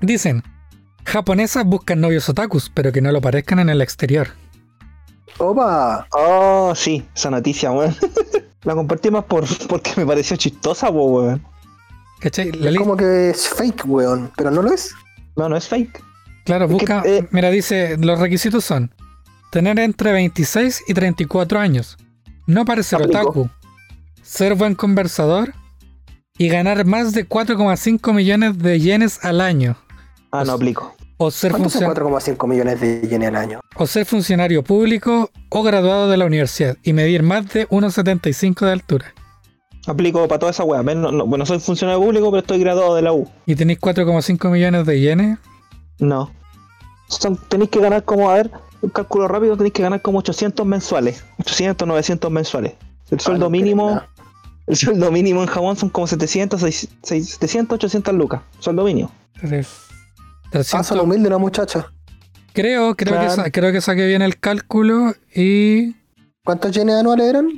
Dicen, japonesas buscan novios otakus, pero que no lo parezcan en el exterior. Opa. Oh, sí, esa noticia, weón. La compartí más por, porque me pareció chistosa, po, weón. ¿Cachai? La li- Como que es fake, weón. Pero no lo es. No, no es fake. claro, que, busca... eh, Mira, dice, los requisitos son tener entre 26 y 34 años, no parecer Aplico. otaku, ser buen conversador y ganar más de 4,5 millones de yenes al año. Ah, no aplico. O ser ¿Cuántos son funcionario. 4,5 millones de yenes al año? o ser funcionario público o graduado de la universidad y medir más de 1,75 de altura. Aplico para toda esa wea. Men, No, no, bueno, soy funcionario público, pero estoy graduado de la U. Y tenéis 4,5 millones de yenes. No. Son, tenéis que ganar como, a ver, un cálculo rápido, tenéis que ganar como 800 mensuales. 800, 900 mensuales. El Ah, sueldo no mínimo, creo, el sueldo mínimo en Japón son como 700, 6, 700, 800 lucas. Sueldo mínimo. Tres- Ah, 300. son humilde una muchacha. creo, creo, que Claro. sa- creo que saqué bien el cálculo y ¿Cuántos yenes anuales eran?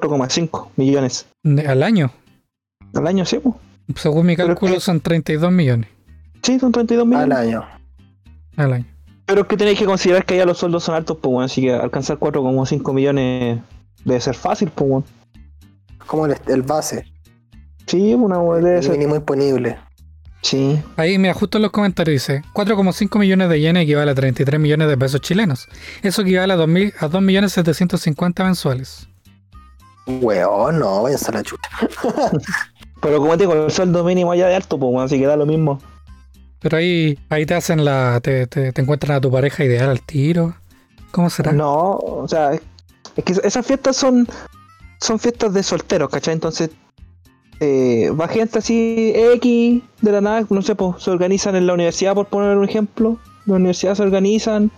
4,5 millones. ne- al año, Al año, sí, po. según mi Pero cálculo, que- son 32 millones Sí, son 32 millones. Al año. al año. Pero es que tenéis que considerar que allá los sueldos son altos, pues, bueno, así que alcanzar 4,5 millones debe ser fácil, pues, bueno. Como el, el base. Sí, una wea debe El ser. mínimo imponible. Sí. Ahí, mira, justo en los comentarios dice: 4,5 millones de yenes equivale a 33 millones de pesos chilenos. Eso equivale a 2.000 a 2.750.000 mensuales. Weón, no, váyanse a la chuta. Pero como te digo, el sueldo mínimo allá de alto, pues, bueno, así que da lo mismo. Pero ahí, ahí te hacen la. Te, te- te encuentran a tu pareja ideal al tiro. ¿Cómo será? No, o sea, es- Es que esas fiestas son, son fiestas de solteros, ¿cachai? Entonces eh, va gente así, X, de la nada, no sé, pues, se organizan en la universidad, por poner un ejemplo. La universidad se organizan,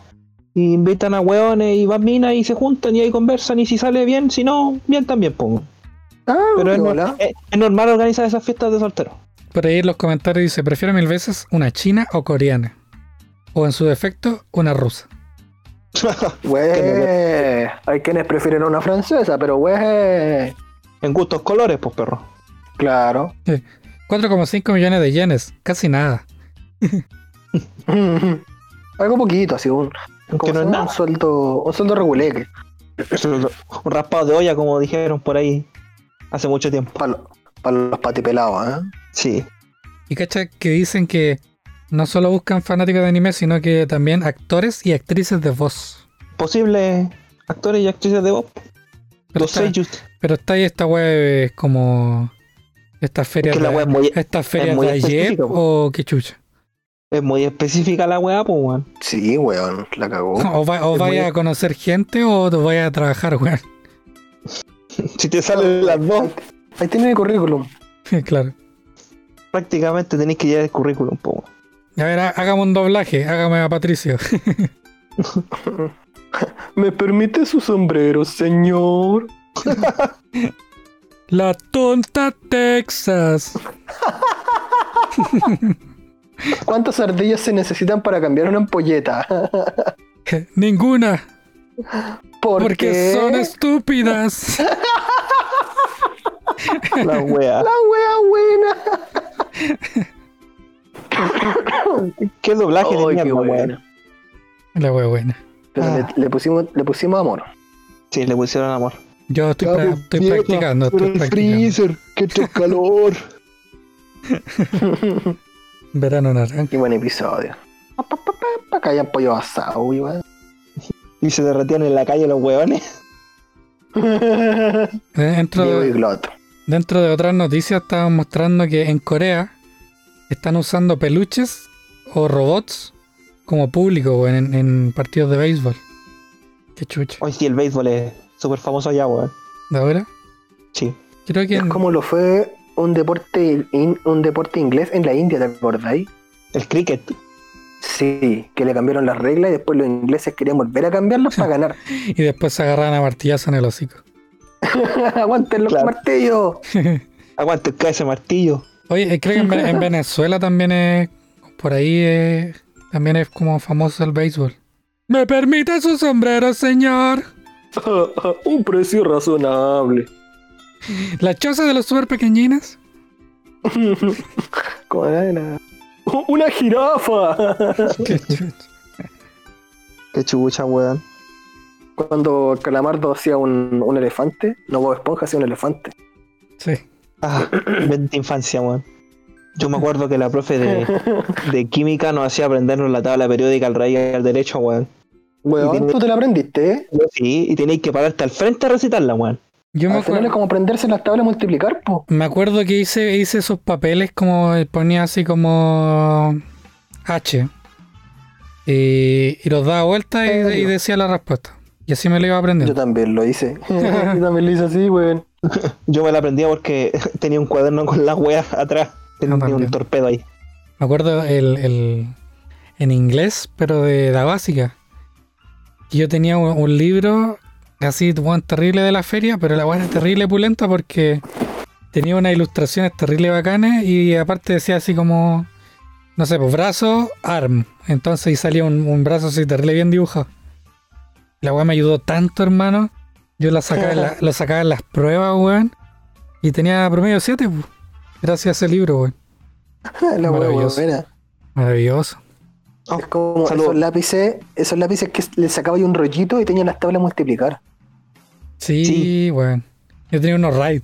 y invitan a hueones y van minas y se juntan y ahí conversan y si sale bien, si no, bien también, pongo. Ah, Pero es, qué nor- bola. es- es normal organizar esas fiestas de soltero. Por ahí en los comentarios dice, prefiero mil veces una china o coreana. O en su defecto, una rusa. Güey, hay quienes prefieren una francesa, pero güey, en gustos colores, pues perro. claro. 4,5 millones de yenes, casi nada. Algo poquito, así un, Que como no se es llama? nada. un sueldo, un sueldo reguleque. Un raspado de olla, como dijeron por ahí hace mucho tiempo. Para los patipelados, ¿eh? Sí. Y cacha que dicen que no solo buscan fanáticos de anime, sino que también actores y actrices de voz. Posibles actores y actrices de voz. Pero Los está, sellos. pero está ahí esta web es como esta feria que la de, wea es muy- esta feria muy de ayer específica, o qué chucha. Es muy específica la weá, pues weón. Sí, weón, la cagó. O, va- o es muy- vaya a conocer gente o te vaya a trabajar, weón. Si te salen las dos, Ahí tiene el currículum. claro. prácticamente tenés que llevar el currículum, pues weón. A ver, ha- hágame un doblaje, hágame a Patricio. ¿Me permite su sombrero, señor? La tonta Texas. ¿Cuántas ardillas se necesitan para cambiar una ampolleta? Ninguna. ¿Por Porque qué? son estúpidas. La weá. La wea buena. Qué doblaje de Ay, qué mierda, weón. buena. La wea buena. Pero Ah. le, le pusimos, le pusimos amor. Sí, le pusieron amor. Yo estoy, pra- estoy practicando, estoy practicando. qué calor. Verano naranja. Qué buen episodio. Pa, pa, pa, pa, pa, que hayan pollo asado, weón. Y se derretían en la calle los weones. Eh, Dentro Diego y de, Glot. dentro de otras noticias estaban mostrando que en Corea están usando peluches o robots como público weón, en, en partidos de béisbol. Qué chucha. Hoy sí, el béisbol es súper famoso allá, weón. ¿De ahora? Sí. Creo que Es en- como lo fue un deporte, in- un deporte inglés en la India, ¿te acordáis? El cricket. Sí, que le cambiaron las reglas y después los ingleses querían volver a cambiarlas para ganar. y después se agarran a martillazo en el hocico. ¡Aguanten los Claro. martillos! Aguanta, cae ese martillo. Oye, eh, creo que en, Vene- en Venezuela también es. Por ahí eh, también es como famoso el béisbol. ¿Me permite su sombrero, señor? un precio razonable. ¿La choza de los super pequeñines? ¿Cómo era? ¡Una jirafa! Qué chucha. Qué chucha, weón. Cuando Calamardo hacía un, un elefante, no Bob Esponja hacía un elefante. Sí. Ah, mente infancia, weón. Yo me acuerdo que la profe de, de química nos hacía aprendernos la tabla periódica al rey y al derecho, weón. Weón, tú te la aprendiste, ¿eh? Sí, y tenéis que pararte al frente a recitarla, weón. Yo me Al final es acuerdo, como aprenderse las tablas y multiplicar, po. me acuerdo que hice, hice esos papeles como ponía así como H. Y, y los daba vuelta y, ¿En serio? y decía la respuesta. Y así me lo iba Yo aprendiendo. también lo hice. Yo también lo hice así, weón. Yo me la aprendía porque tenía un cuaderno con las weas atrás. Tenía Ah, también. un torpedo ahí. Me acuerdo el, el- en inglés, pero de la básica. Y Yo tenía un, un libro así weón, terrible de la feria, pero la weá era terrible pulenta porque tenía unas ilustraciones terrible bacanas y aparte decía así como, no sé, pues brazo, arm. Entonces ahí salía un, un brazo así terrible bien dibujado. La weá me ayudó tanto, hermano. Yo la sacaba, en la- lo sacaba en las pruebas, weón. Y tenía promedio 7, gracias a ese libro, weón. La weá Maravilloso. buena. Maravilloso. Oh, Es como saludo. esos lápices, esos lápices que le sacaba yo un rollito y tenía las tablas a multiplicar. Sí, Sí. weón. Yo tenía unos raids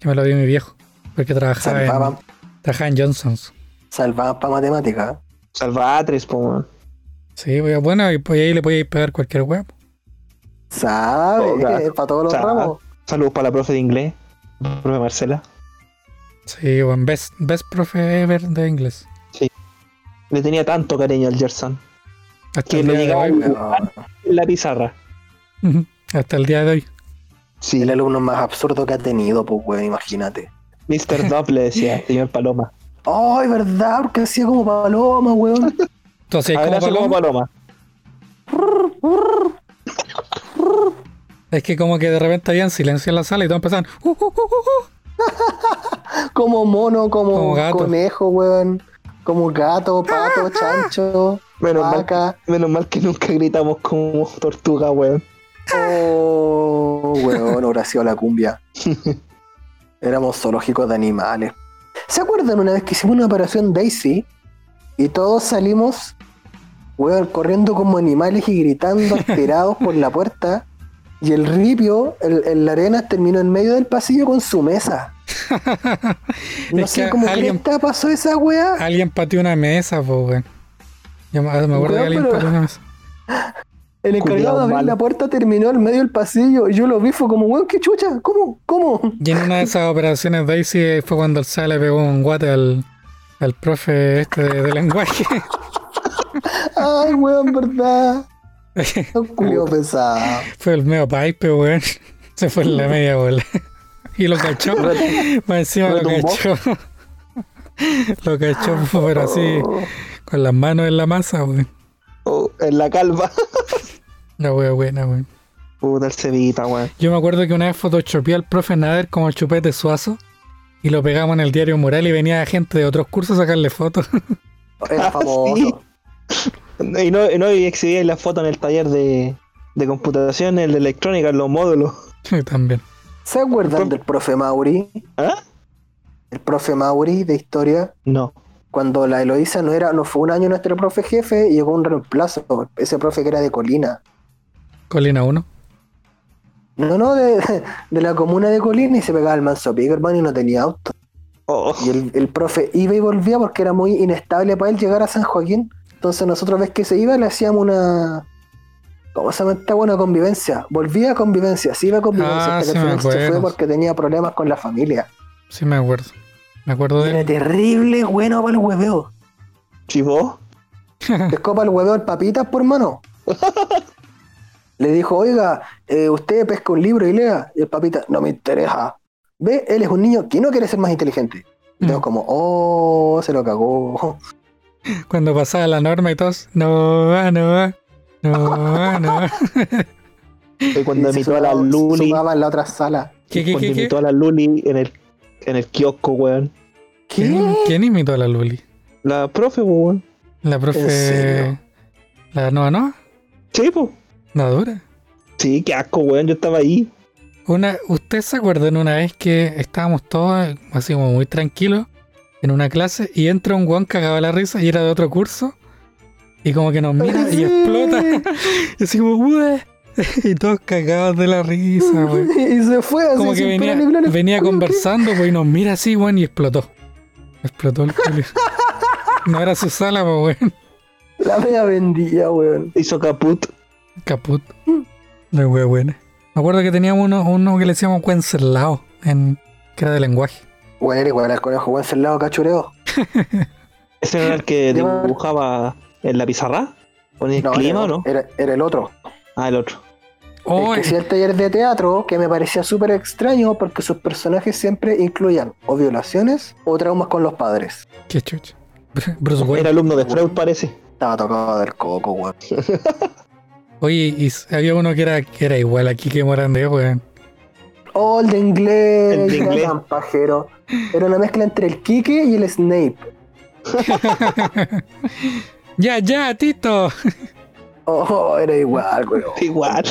que me lo dio mi viejo. Porque trabajaba en, Salvaban, trabajaba en Johnson's. salvaban para matemática. Salvatres, po, weón. Sí, weón. Bueno, y pues ahí le podía pegar cualquier weón. ¿Sabes? Oh, claro. para todos los Sabe. ramos. Saludos para la profe de inglés, profe Marcela. Sí, weón. Best, best profe ever de inglés. Le tenía tanto cariño al Gerson. Hasta Que el lo día de llegaba hoy. en la pizarra. Ujú. Hasta el día de hoy. Sí, El alumno más absurdo que ha tenido, pues, weón, imagínate. Mr. Dop le decía, señor Paloma. Ay, ¿verdad? Porque hacía como paloma, weón. ¿Tú hacías como Abrazo como paloma? Paloma. Es que como que de repente habían silencio en la sala y todos empezaban. "Uh, uh, uh, uh, uh". Como mono, como, Como gato. conejo, weón. Como gato, pato, chancho, Menos mal, vaca. menos mal que nunca gritamos como tortuga, weón. Oh, weón, Horacio la cumbia. Éramos zoológicos de animales. ¿Se acuerdan una vez que hicimos una operación Daisy y todos salimos, weón, corriendo como animales y gritando alterados por la puerta? Y el ripio, el, el Arenas, terminó en medio del pasillo con su mesa. No Es sé que cómo alguien- Ah, cresta pasó esa weá. Alguien pateó una mesa, po, weón. Yo me ah, me acuerdo Weón, que alguien pero- pateó una mesa. El Culeado encargado de abrir malo. la puerta terminó en medio del pasillo y yo lo vi, fue como, weón, qué chucha, ¿cómo? ¿Cómo? Y en una de esas operaciones Daisy fue cuando el Sala le pegó un guate al, al profe este de, de lenguaje. Ay, weón, verdad. Un culiao pesado. fue el medio pipe, weón. Se fue en la media bola. Y lo cachó. Más encima lo retumbó. cachó. lo cachó, po, pero así, con las manos en la masa, weón. Oh, en la calva. La wea buena, weón. Puta el cebita, weón. Yo me acuerdo que una vez photoshopeé al profe Nader como el chupete suazo y lo pegamos en el diario Moral y venía gente de otros cursos a sacarle fotos. Era Ah, famoso. sí. Y no, y no exhibíais la foto en el taller de, de computación, el de electrónica, en los módulos. Yo También. ¿Se acuerdan del profe Mauri? ¿Ah? El profe Mauri de historia. No. Cuando la Eloísa no era, no fue un año nuestro profe jefe, y llegó un reemplazo. Ese profe que era de Colina. Colina 1. No, no, de, de la comuna de Colina y se pegaba el manso pico, hermano, y no tenía auto. Oh, Y el, el profe iba y volvía porque era muy inestable para él llegar a San Joaquín. Entonces nosotros vez que se iba le hacíamos una... ¿Cómo se llama esta buena convivencia? Volvía a convivencia, se iba a convivencia Ah, hasta sí que me al final se acuerdo. fue porque tenía problemas con la familia. Sí me acuerdo. Me acuerdo Y de Era terrible bueno para el hueveo. chivó. Te escopa el hueveo el papitas por mano. Le dijo, oiga, eh, usted pesca un libro y lea. Y el papita, no me interesa. Ve, él es un niño que no quiere ser más inteligente. Y todos Mm. como, oh, se lo cagó. cuando pasaba la norma y todos. No va, no va. No va, no va. Y cuando Y se imitó a la sumaba- se Luli. sumaba en la otra sala. ¿Qué, qué, Cuando qué, qué? imitó a la Luli en el, en el kiosco, weón. ¿Quién, quién imitó a la Luli? La profe, weón. La profe. serio? La Noa Noa. Sí, po. No dura. Sí, qué asco, weón. Yo estaba ahí. Una, ¿Ustedes se acuerdan una vez que estábamos todos así como muy tranquilos en una clase y entra un guan cagado de la risa y era de otro curso y como que nos mira y explota y así como "Ue", y todos cagados de la risa, güey. y se fue así. Como que sin venía, pena ni gloria. venía conversando, güey, y nos mira así, güey, y explotó. Explotó el culo. No era su sala, güey. La media vendía, weón. Hizo caput. Caput. La wea buena. Me acuerdo que teníamos uno, uno que le decíamos Wenceslao, en que era de lenguaje. Weón, eres weón, el conejo, weón, el lado cachureo. Ese no era el que Lleva- dibujaba en la pizarra. Ponía el No, eh, era, clima, el ¿o no? otro, era- era el otro. Ah, el otro. Oh, Es que hacía el taller de teatro que me parecía súper extraño porque sus personajes siempre incluían o violaciones o traumas con los padres. Qué chucha. Bruce Wayne. Era alumno de Freud, parece. Estaba tocado del coco, weón. Oye, y s- había uno que era, que era igual aquí que Morandé, weón. Oh, el de inglés, El de era inglés. tan pajero. Era una mezcla entre el Kike y el Snape. ya, ya, Tito. Oh, era igual, weón. Igual.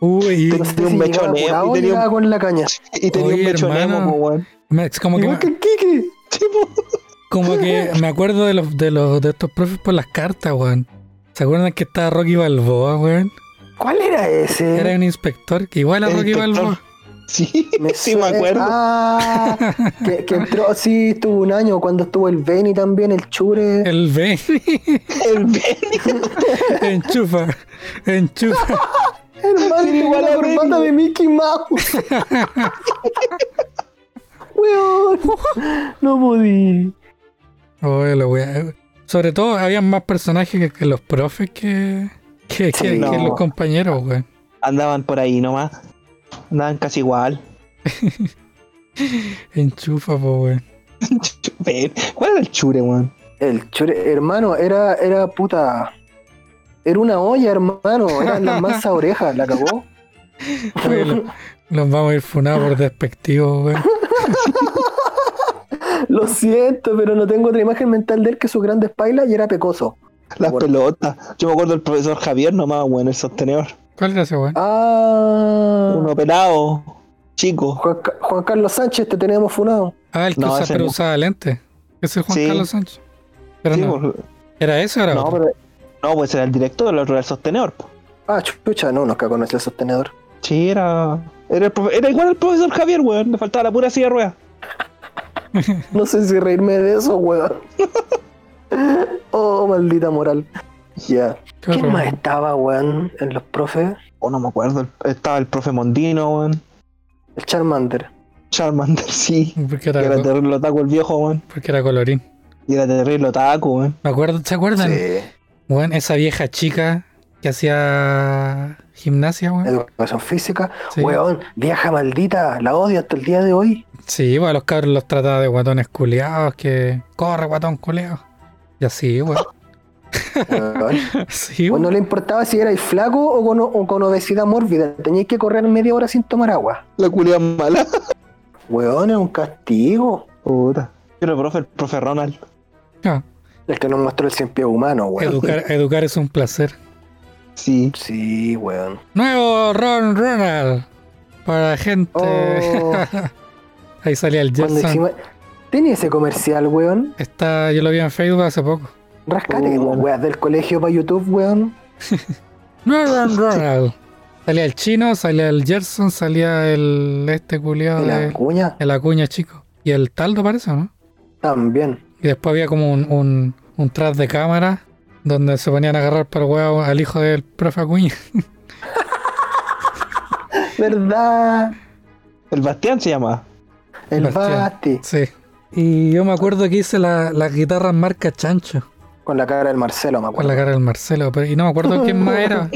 Uy, No sé tenía si un llegaba mechoneo, apurado y o tenía un- llegaba con la caña. Y tenía Oye, un mechonemo, hermano. po, weón. me- es como que, Igual que me, el Kike. Sí, po. como que me acuerdo de los de los de estos profes por las cartas, weón. ¿Se acuerdan que estaba Rocky Balboa, weón? ¿Cuál era ese? Era un inspector que igual a El Rocky inspector. Balboa. Sí, sí, me suena- acuerdo. Ah, que, que entró, sí, estuvo un año cuando estuvo el Benny también, el Chure. El B. El Benny. enchufa. Enchufa. Hermano, Sí, tengo igual la a Benny. corbata de Mickey Mouse. Weón, no podí. Oye, la weá. Sobre todo, habían más personajes que, que los profes que, que, que- Sí, que no. los compañeros, weón. Andaban por ahí nomás. Andaban casi igual. Enchufa, po, weón. Ven, ¿Cuál era el chure, weón? El chure, hermano, era, era puta. Era una olla, hermano. Era la masa oreja, la cagó. Oye, lo- Los vamos a ir funados por despectivo, weón. Lo siento, pero no tengo otra imagen mental de él que su grande espalda y era pecoso. Las Bueno. pelotas. Yo me acuerdo del profesor Javier nomás, weón, el sostenedor. ¿Cuál era ese weón? Ah. Uno pelado, chico. Juan, Ca- Juan Carlos Sánchez, te teníamos funado. Ah, el que No, usa, ese pero no. usaba lente. Ese es Juan Sí. Carlos Sánchez. Pero Sí, no. por- ¿Era eso o era no, otro? pero- no, pues era el director, el otro era el sostenedor. po. Ah, chucha, no, nos cagó nuestro sostenedor. Sí, era. Era, el profe- era igual al profesor Javier, weón. Le faltaba la pura silla de ruedas. No sé si reírme de eso, weón. Oh, maldita moral. Ya. Qué ¿Quién horror. más estaba, weón, en los profes? O no me acuerdo. el- Estaba el profe Mondino, weón. El Charmander. Charmander, sí. Porque Que era, era co- terrible otaku el viejo, weón. porque era colorín. Y era terrible otaku, weón. ¿Me acuerdo? ¿Se acuerdan? Weón, esa vieja chica que hacía gimnasia, weón. Educación física. Sí. Weón, vieja maldita. La odio hasta el día de hoy. Sí, pues a los cabros los trataba de guatones culeados, que corre guatón culeado. Y así, weón. Weón. Sí, Pues weón. no le importaba si erais flaco o con, o con obesidad mórbida. Teníais que correr media hora sin tomar agua. La culia mala. Weón, es un castigo. Puta. Pero el profe, el profe Ronald. Ah, El que nos mostró el cien pies humano, weón. educar, educar es un placer. Sí. Sí, weón. Nuevo Ron Ronald. Para gente. Oh. Ahí salía el Cuando Jetson. hicimos- Tenía ese comercial, weón. Está, yo lo vi en Facebook hace poco. Rascate, Oh. weón, del colegio para YouTube, weón. No, Ron Ronald. Salía el chino, salía el Gerson, salía el este culiado Y la de, cuña de la cuña, chico. Y el taldo parece, ¿o ¿no? también. Y después había como un, un, un tras de cámara donde se ponían a agarrar por huevo al hijo del profe Acuña. ¿Verdad? El Bastián se llama. El Bastián. Basti. Sí. Y yo me acuerdo que hice la- las guitarras marca Chancho Con la cara del Marcelo, me con la acuerdo. cara del Marcelo. Pero, y no me acuerdo quién más era.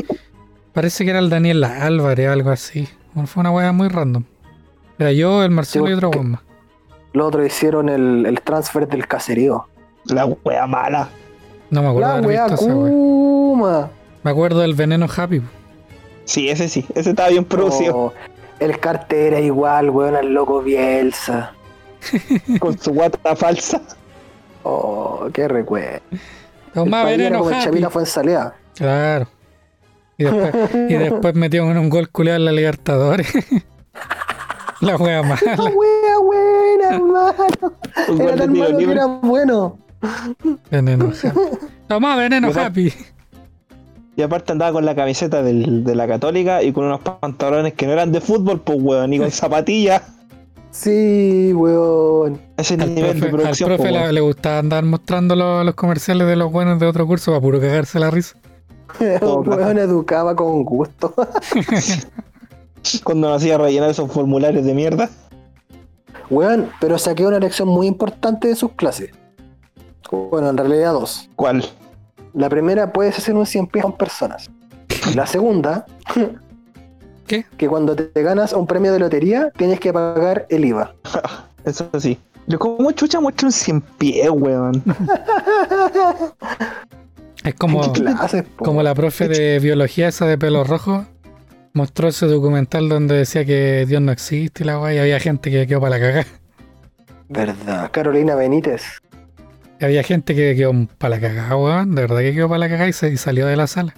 Parece que era el Daniel Álvarez o algo así. Bueno, fue una hueá muy random. Era yo, el Marcelo y otro porque- hueón más. Los otros hicieron el, el transfer del caserío. La wea mala. No me acuerdo La haber weá, visto esa hueá. Kuma. Me acuerdo del veneno Happy. po. Sí, ese sí. Ese estaba bien producido. Oh, el cartera igual, weón, al loco Bielsa. Con su guata falsa. Oh, qué recuerdo. El Tomá país era veneno como el Happy. Chavila fue en salida. Claro. Y después, y después metió un, un gol culeado en la Libertadores. la wea La mala. Ah, wea buena, hermano. Un Era gol de tan tiro malo que libre. era bueno. Veneno Happy. Tomá veneno Yo- Happy. Y aparte andaba con la camiseta del- de la católica y con unos pantalones que no eran de fútbol, pues weón, ni con zapatillas. Sí, weón. Ese Al nivel profe, de al producción. profe pues, la- weón. le gustaba andar mostrando los, los comerciales de los buenos de otro curso para puro cagarse la risa. Todo Weón plata. educaba con gusto. Cuando nos hacía rellenar esos formularios de mierda. Weón, pero saqué una lección muy importante de sus clases. Bueno, en realidad dos. ¿Cuál? La primera puedes hacer un 100 pies con personas. La segunda, ¿Qué? que cuando te te ganas un premio de lotería tienes que pagar el IVA. Eso sí. Yo como chucha muestra un 100 pies, weón. Es como, ¿Qué clases, po? como la profe de biología esa de pelo rojo. Mostró ese documental donde decía que Dios no existe y la wea. Y había gente que quedó para la cagada. ¿Verdad? Carolina Benítez. Y Había gente que quedó para la cagada, weón. De verdad que quedó para la cagada y, se- y salió de la sala.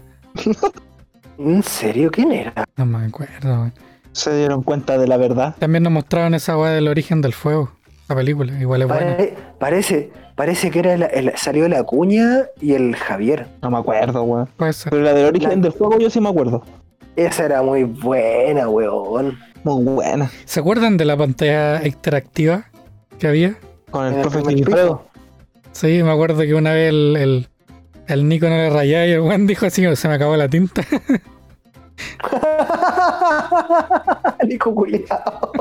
¿En serio? ¿Quién era? No me acuerdo, weón. Se dieron cuenta de la verdad. También nos mostraron esa weá del origen del fuego. La película, igual es buena. Pare- parece, parece que era el, el- salió la cuña y el Javier. No me acuerdo, weón. Puede ser. Pero la del origen La- del juego yo sí me acuerdo. Esa era muy buena, weón. Muy buena. ¿Se acuerdan de la pantalla interactiva que había? Con el En el profe primer Sigifredo. Sí, me acuerdo que una vez el, el, el Nico no le rayaba y el weón dijo así, se me acabó la tinta. Nico culiao.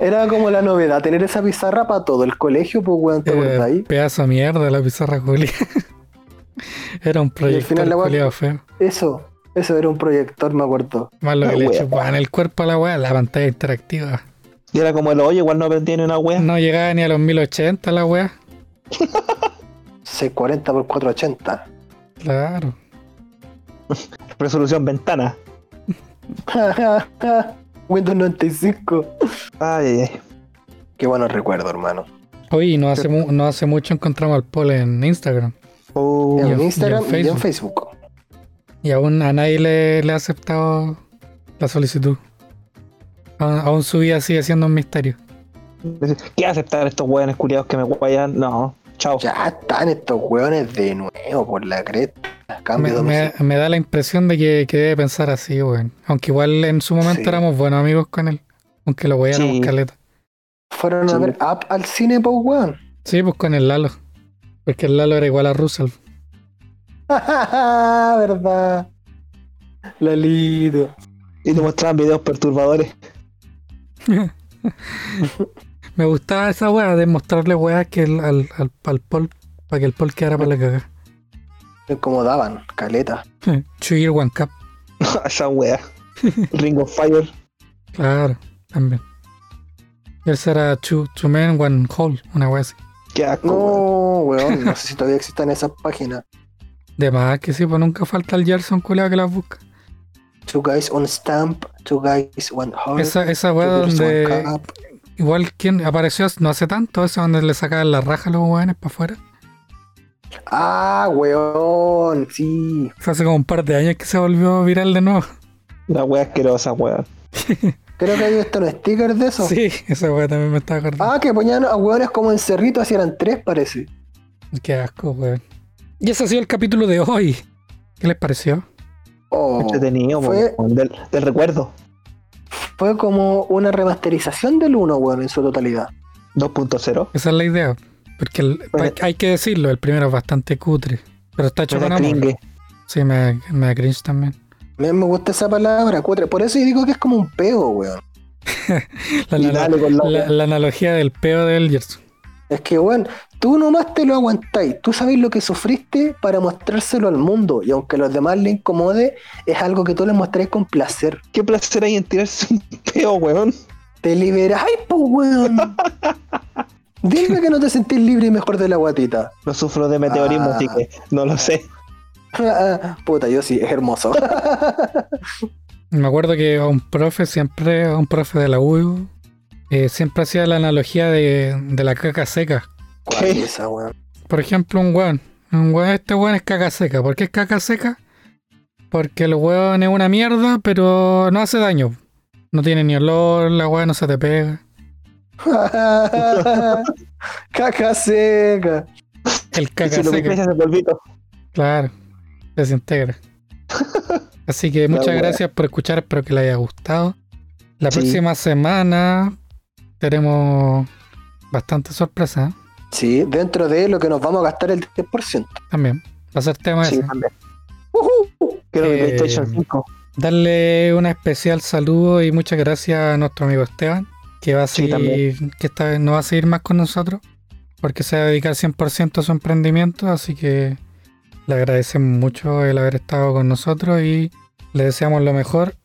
Era como la novedad, tener esa pizarra para todo el colegio, pues weón, ¿te Eh, acuerdas ahí? pedazo de mierda la pizarra culia. Era un final proyecto la weá- culiado feo. Eso. Eso era un proyector, me acuerdo. Más lo La que le wea. chupaban el cuerpo a la weá, la pantalla interactiva. Y era como el oye, igual no aprendí ni una wea. No llegaba ni a los 1080 la weá. 640 por 480. Claro. Resolución ventana. Windows 95. Ay, ay, ay. Qué buenos recuerdos, hermano. Oye, y no hace, mu- no hace mucho encontramos al Paul en Instagram. Oh, Y En en- Instagram y en y en Facebook. Y aún a nadie le, le ha aceptado la solicitud. A- Aún su vida sigue siendo un misterio. ¿Qué aceptar estos weones culiados que me guayan? No, chao. Ya están estos hueones de nuevo por la creta. Cambio Me, de me- me da la impresión de que, que debe pensar así, weón. Aunque igual en su momento Sí. éramos buenos amigos con él. Aunque lo weáramos Sí. caleta. Fueron a Sí. ver Up al cine, pues, weón. Sí, pues con el Lalo. Porque el Lalo era igual a Russell. ¿Verdad? Lalito. Y te mostraban videos perturbadores. Me gustaba esa weá de mostrarle weá que el- al, al, al Paul, para que el Paul quedara para la cagada. Me incomodaban, caleta. Chuir One Cup, Esa wea. Ring of Fire. claro, también. Y ese era two, two Men One Hole, una weá así. Qué asco, No, weón. weón, no sé si todavía existen esas páginas. De más que sí, pues nunca falta el Gerson culeado que las busca. Two guys on stamp, two guys one heart. Esa, esa two weá girls, one donde cup. igual quien apareció no hace tanto, esa donde le sacaban la raja a los weones para afuera. Ah, weón, sí. Fue hace como un par de años que se volvió viral de nuevo. Una wea asquerosa, weón. Creo que hay esto un sticker de eso. Sí, esa weá también me estaba acordando. Ah, que ponían a weones como en cerritos y eran tres, parece. Ah. Qué asco, weón. Y ese ha sido el capítulo de hoy. ¿Qué les pareció? Oh, Entretenido, fue- weón. Del, del recuerdo. fue como una remasterización del 1, weón, en su totalidad. 2.0. Esa es la idea. Porque el- Bueno. hay que decirlo, el primero es bastante cutre. Pero está hecho Me con da amor. cringe. Sí, me, me da cringe también. Me, me gusta esa palabra, cutre. Por eso yo digo que es como un peo, weón. La, Y la- dale con la la- wea. la analogía del peo de Elgers. Es que, weón, tú nomás te lo aguantáis. Tú sabes lo que sufriste para mostrárselo al mundo. Y aunque a los demás le incomode, es algo que tú le mostráis con placer. Qué placer hay en tirarse un peo, weón. Te liberáis, pues, weón. Dime que no te sentís libre y mejor de la guatita. No sufro de meteorismo, Ah. así que no lo sé. Puta, yo sí, es hermoso. Me acuerdo que a un profe, siempre, a un profe de la U, eh, siempre hacía la analogía de, de la caca seca. ¿Cuál ¿Qué? es esa, weón? Por ejemplo, un weón. Un weón, este weón es caca seca. ¿Por qué es caca seca? Porque el weón es una mierda, pero no hace daño. No tiene ni olor, la weá no se te pega. Caca seca. El Y caca si lo seca. mezclas en polvito. Claro, desintegra. Así que La muchas wea. gracias por escuchar, espero que les haya gustado. La Sí. próxima semana tenemos bastante sorpresa ¿eh? Sí, dentro de lo que nos vamos a gastar el 10%. también. Va a ser tema Sí, ese. también. Ujú. Quiero mi Eh, PlayStation 5. Darle un especial saludo y muchas gracias a nuestro amigo Esteban, que va a Sí, seguir, que esta vez no va a seguir más con nosotros, porque se va a dedicar 100% a su emprendimiento, así que le agradecemos mucho el haber estado con nosotros y le deseamos lo mejor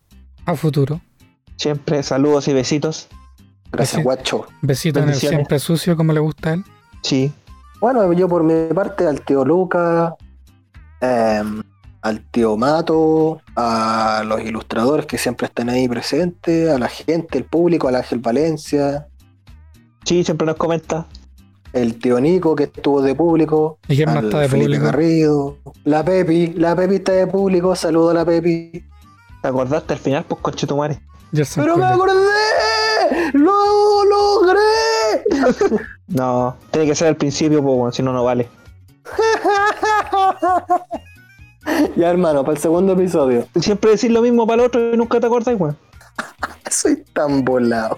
a futuro. Siempre saludos y besitos. Gracias, Sí. guacho. Besito en el Bendiciones. siempre sucio, como le gusta a él. Sí. Bueno, yo por mi parte al tío Luca, em, al tío Mato, a los ilustradores que siempre están ahí presentes, a la gente, el público, al Ángel Valencia, Sí, siempre nos comenta. el tío Nico que estuvo de público, ¿Y quién más pues, al está de Felipe público? Garrido, la Pepi, la Pepi está de público, saludo a la Pepi. ¿Te acordaste al final? Pues conchetumare. Gerson ¡Pero me Cuellar. acordé! ¡Lo logré! No, tiene que ser al principio, pues, bueno, si no, no vale. ya hermano, para el segundo episodio. Siempre decir lo mismo para el otro y nunca te acordás, weón. Soy tan volado.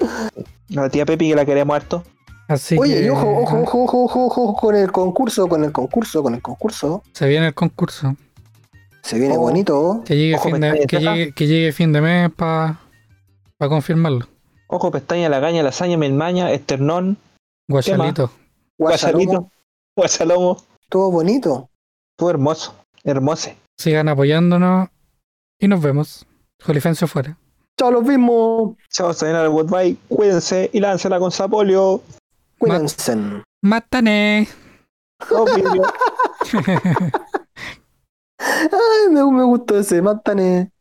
A la tía Pepi que la queremos harto. Así Oye, que, y ojo, ojo, ah, ojo, ojo, ojo, ojo, con el concurso, con el concurso, con el concurso. Se viene el concurso. Se viene Oh. bonito. Que llegue, Ojo, fin pestaña de, que de tapa. llegue, que llegue fin de mes para confirmarlo. Ojo, pestaña, lagaña, lasaña, melmaña, esternón, Guachalito. Guasalomo, guasalito, guasalomo. todo bonito. Tú hermoso, hermose. Sigan apoyándonos y nos vemos. Jolifencio fuera. Chao, los mismos. Chao, señora Goodbye. Cuídense y láncela con Sapolio. Cuídense. ¡Mátane! Los mismos. Ay, me, me gustó ese, mátane.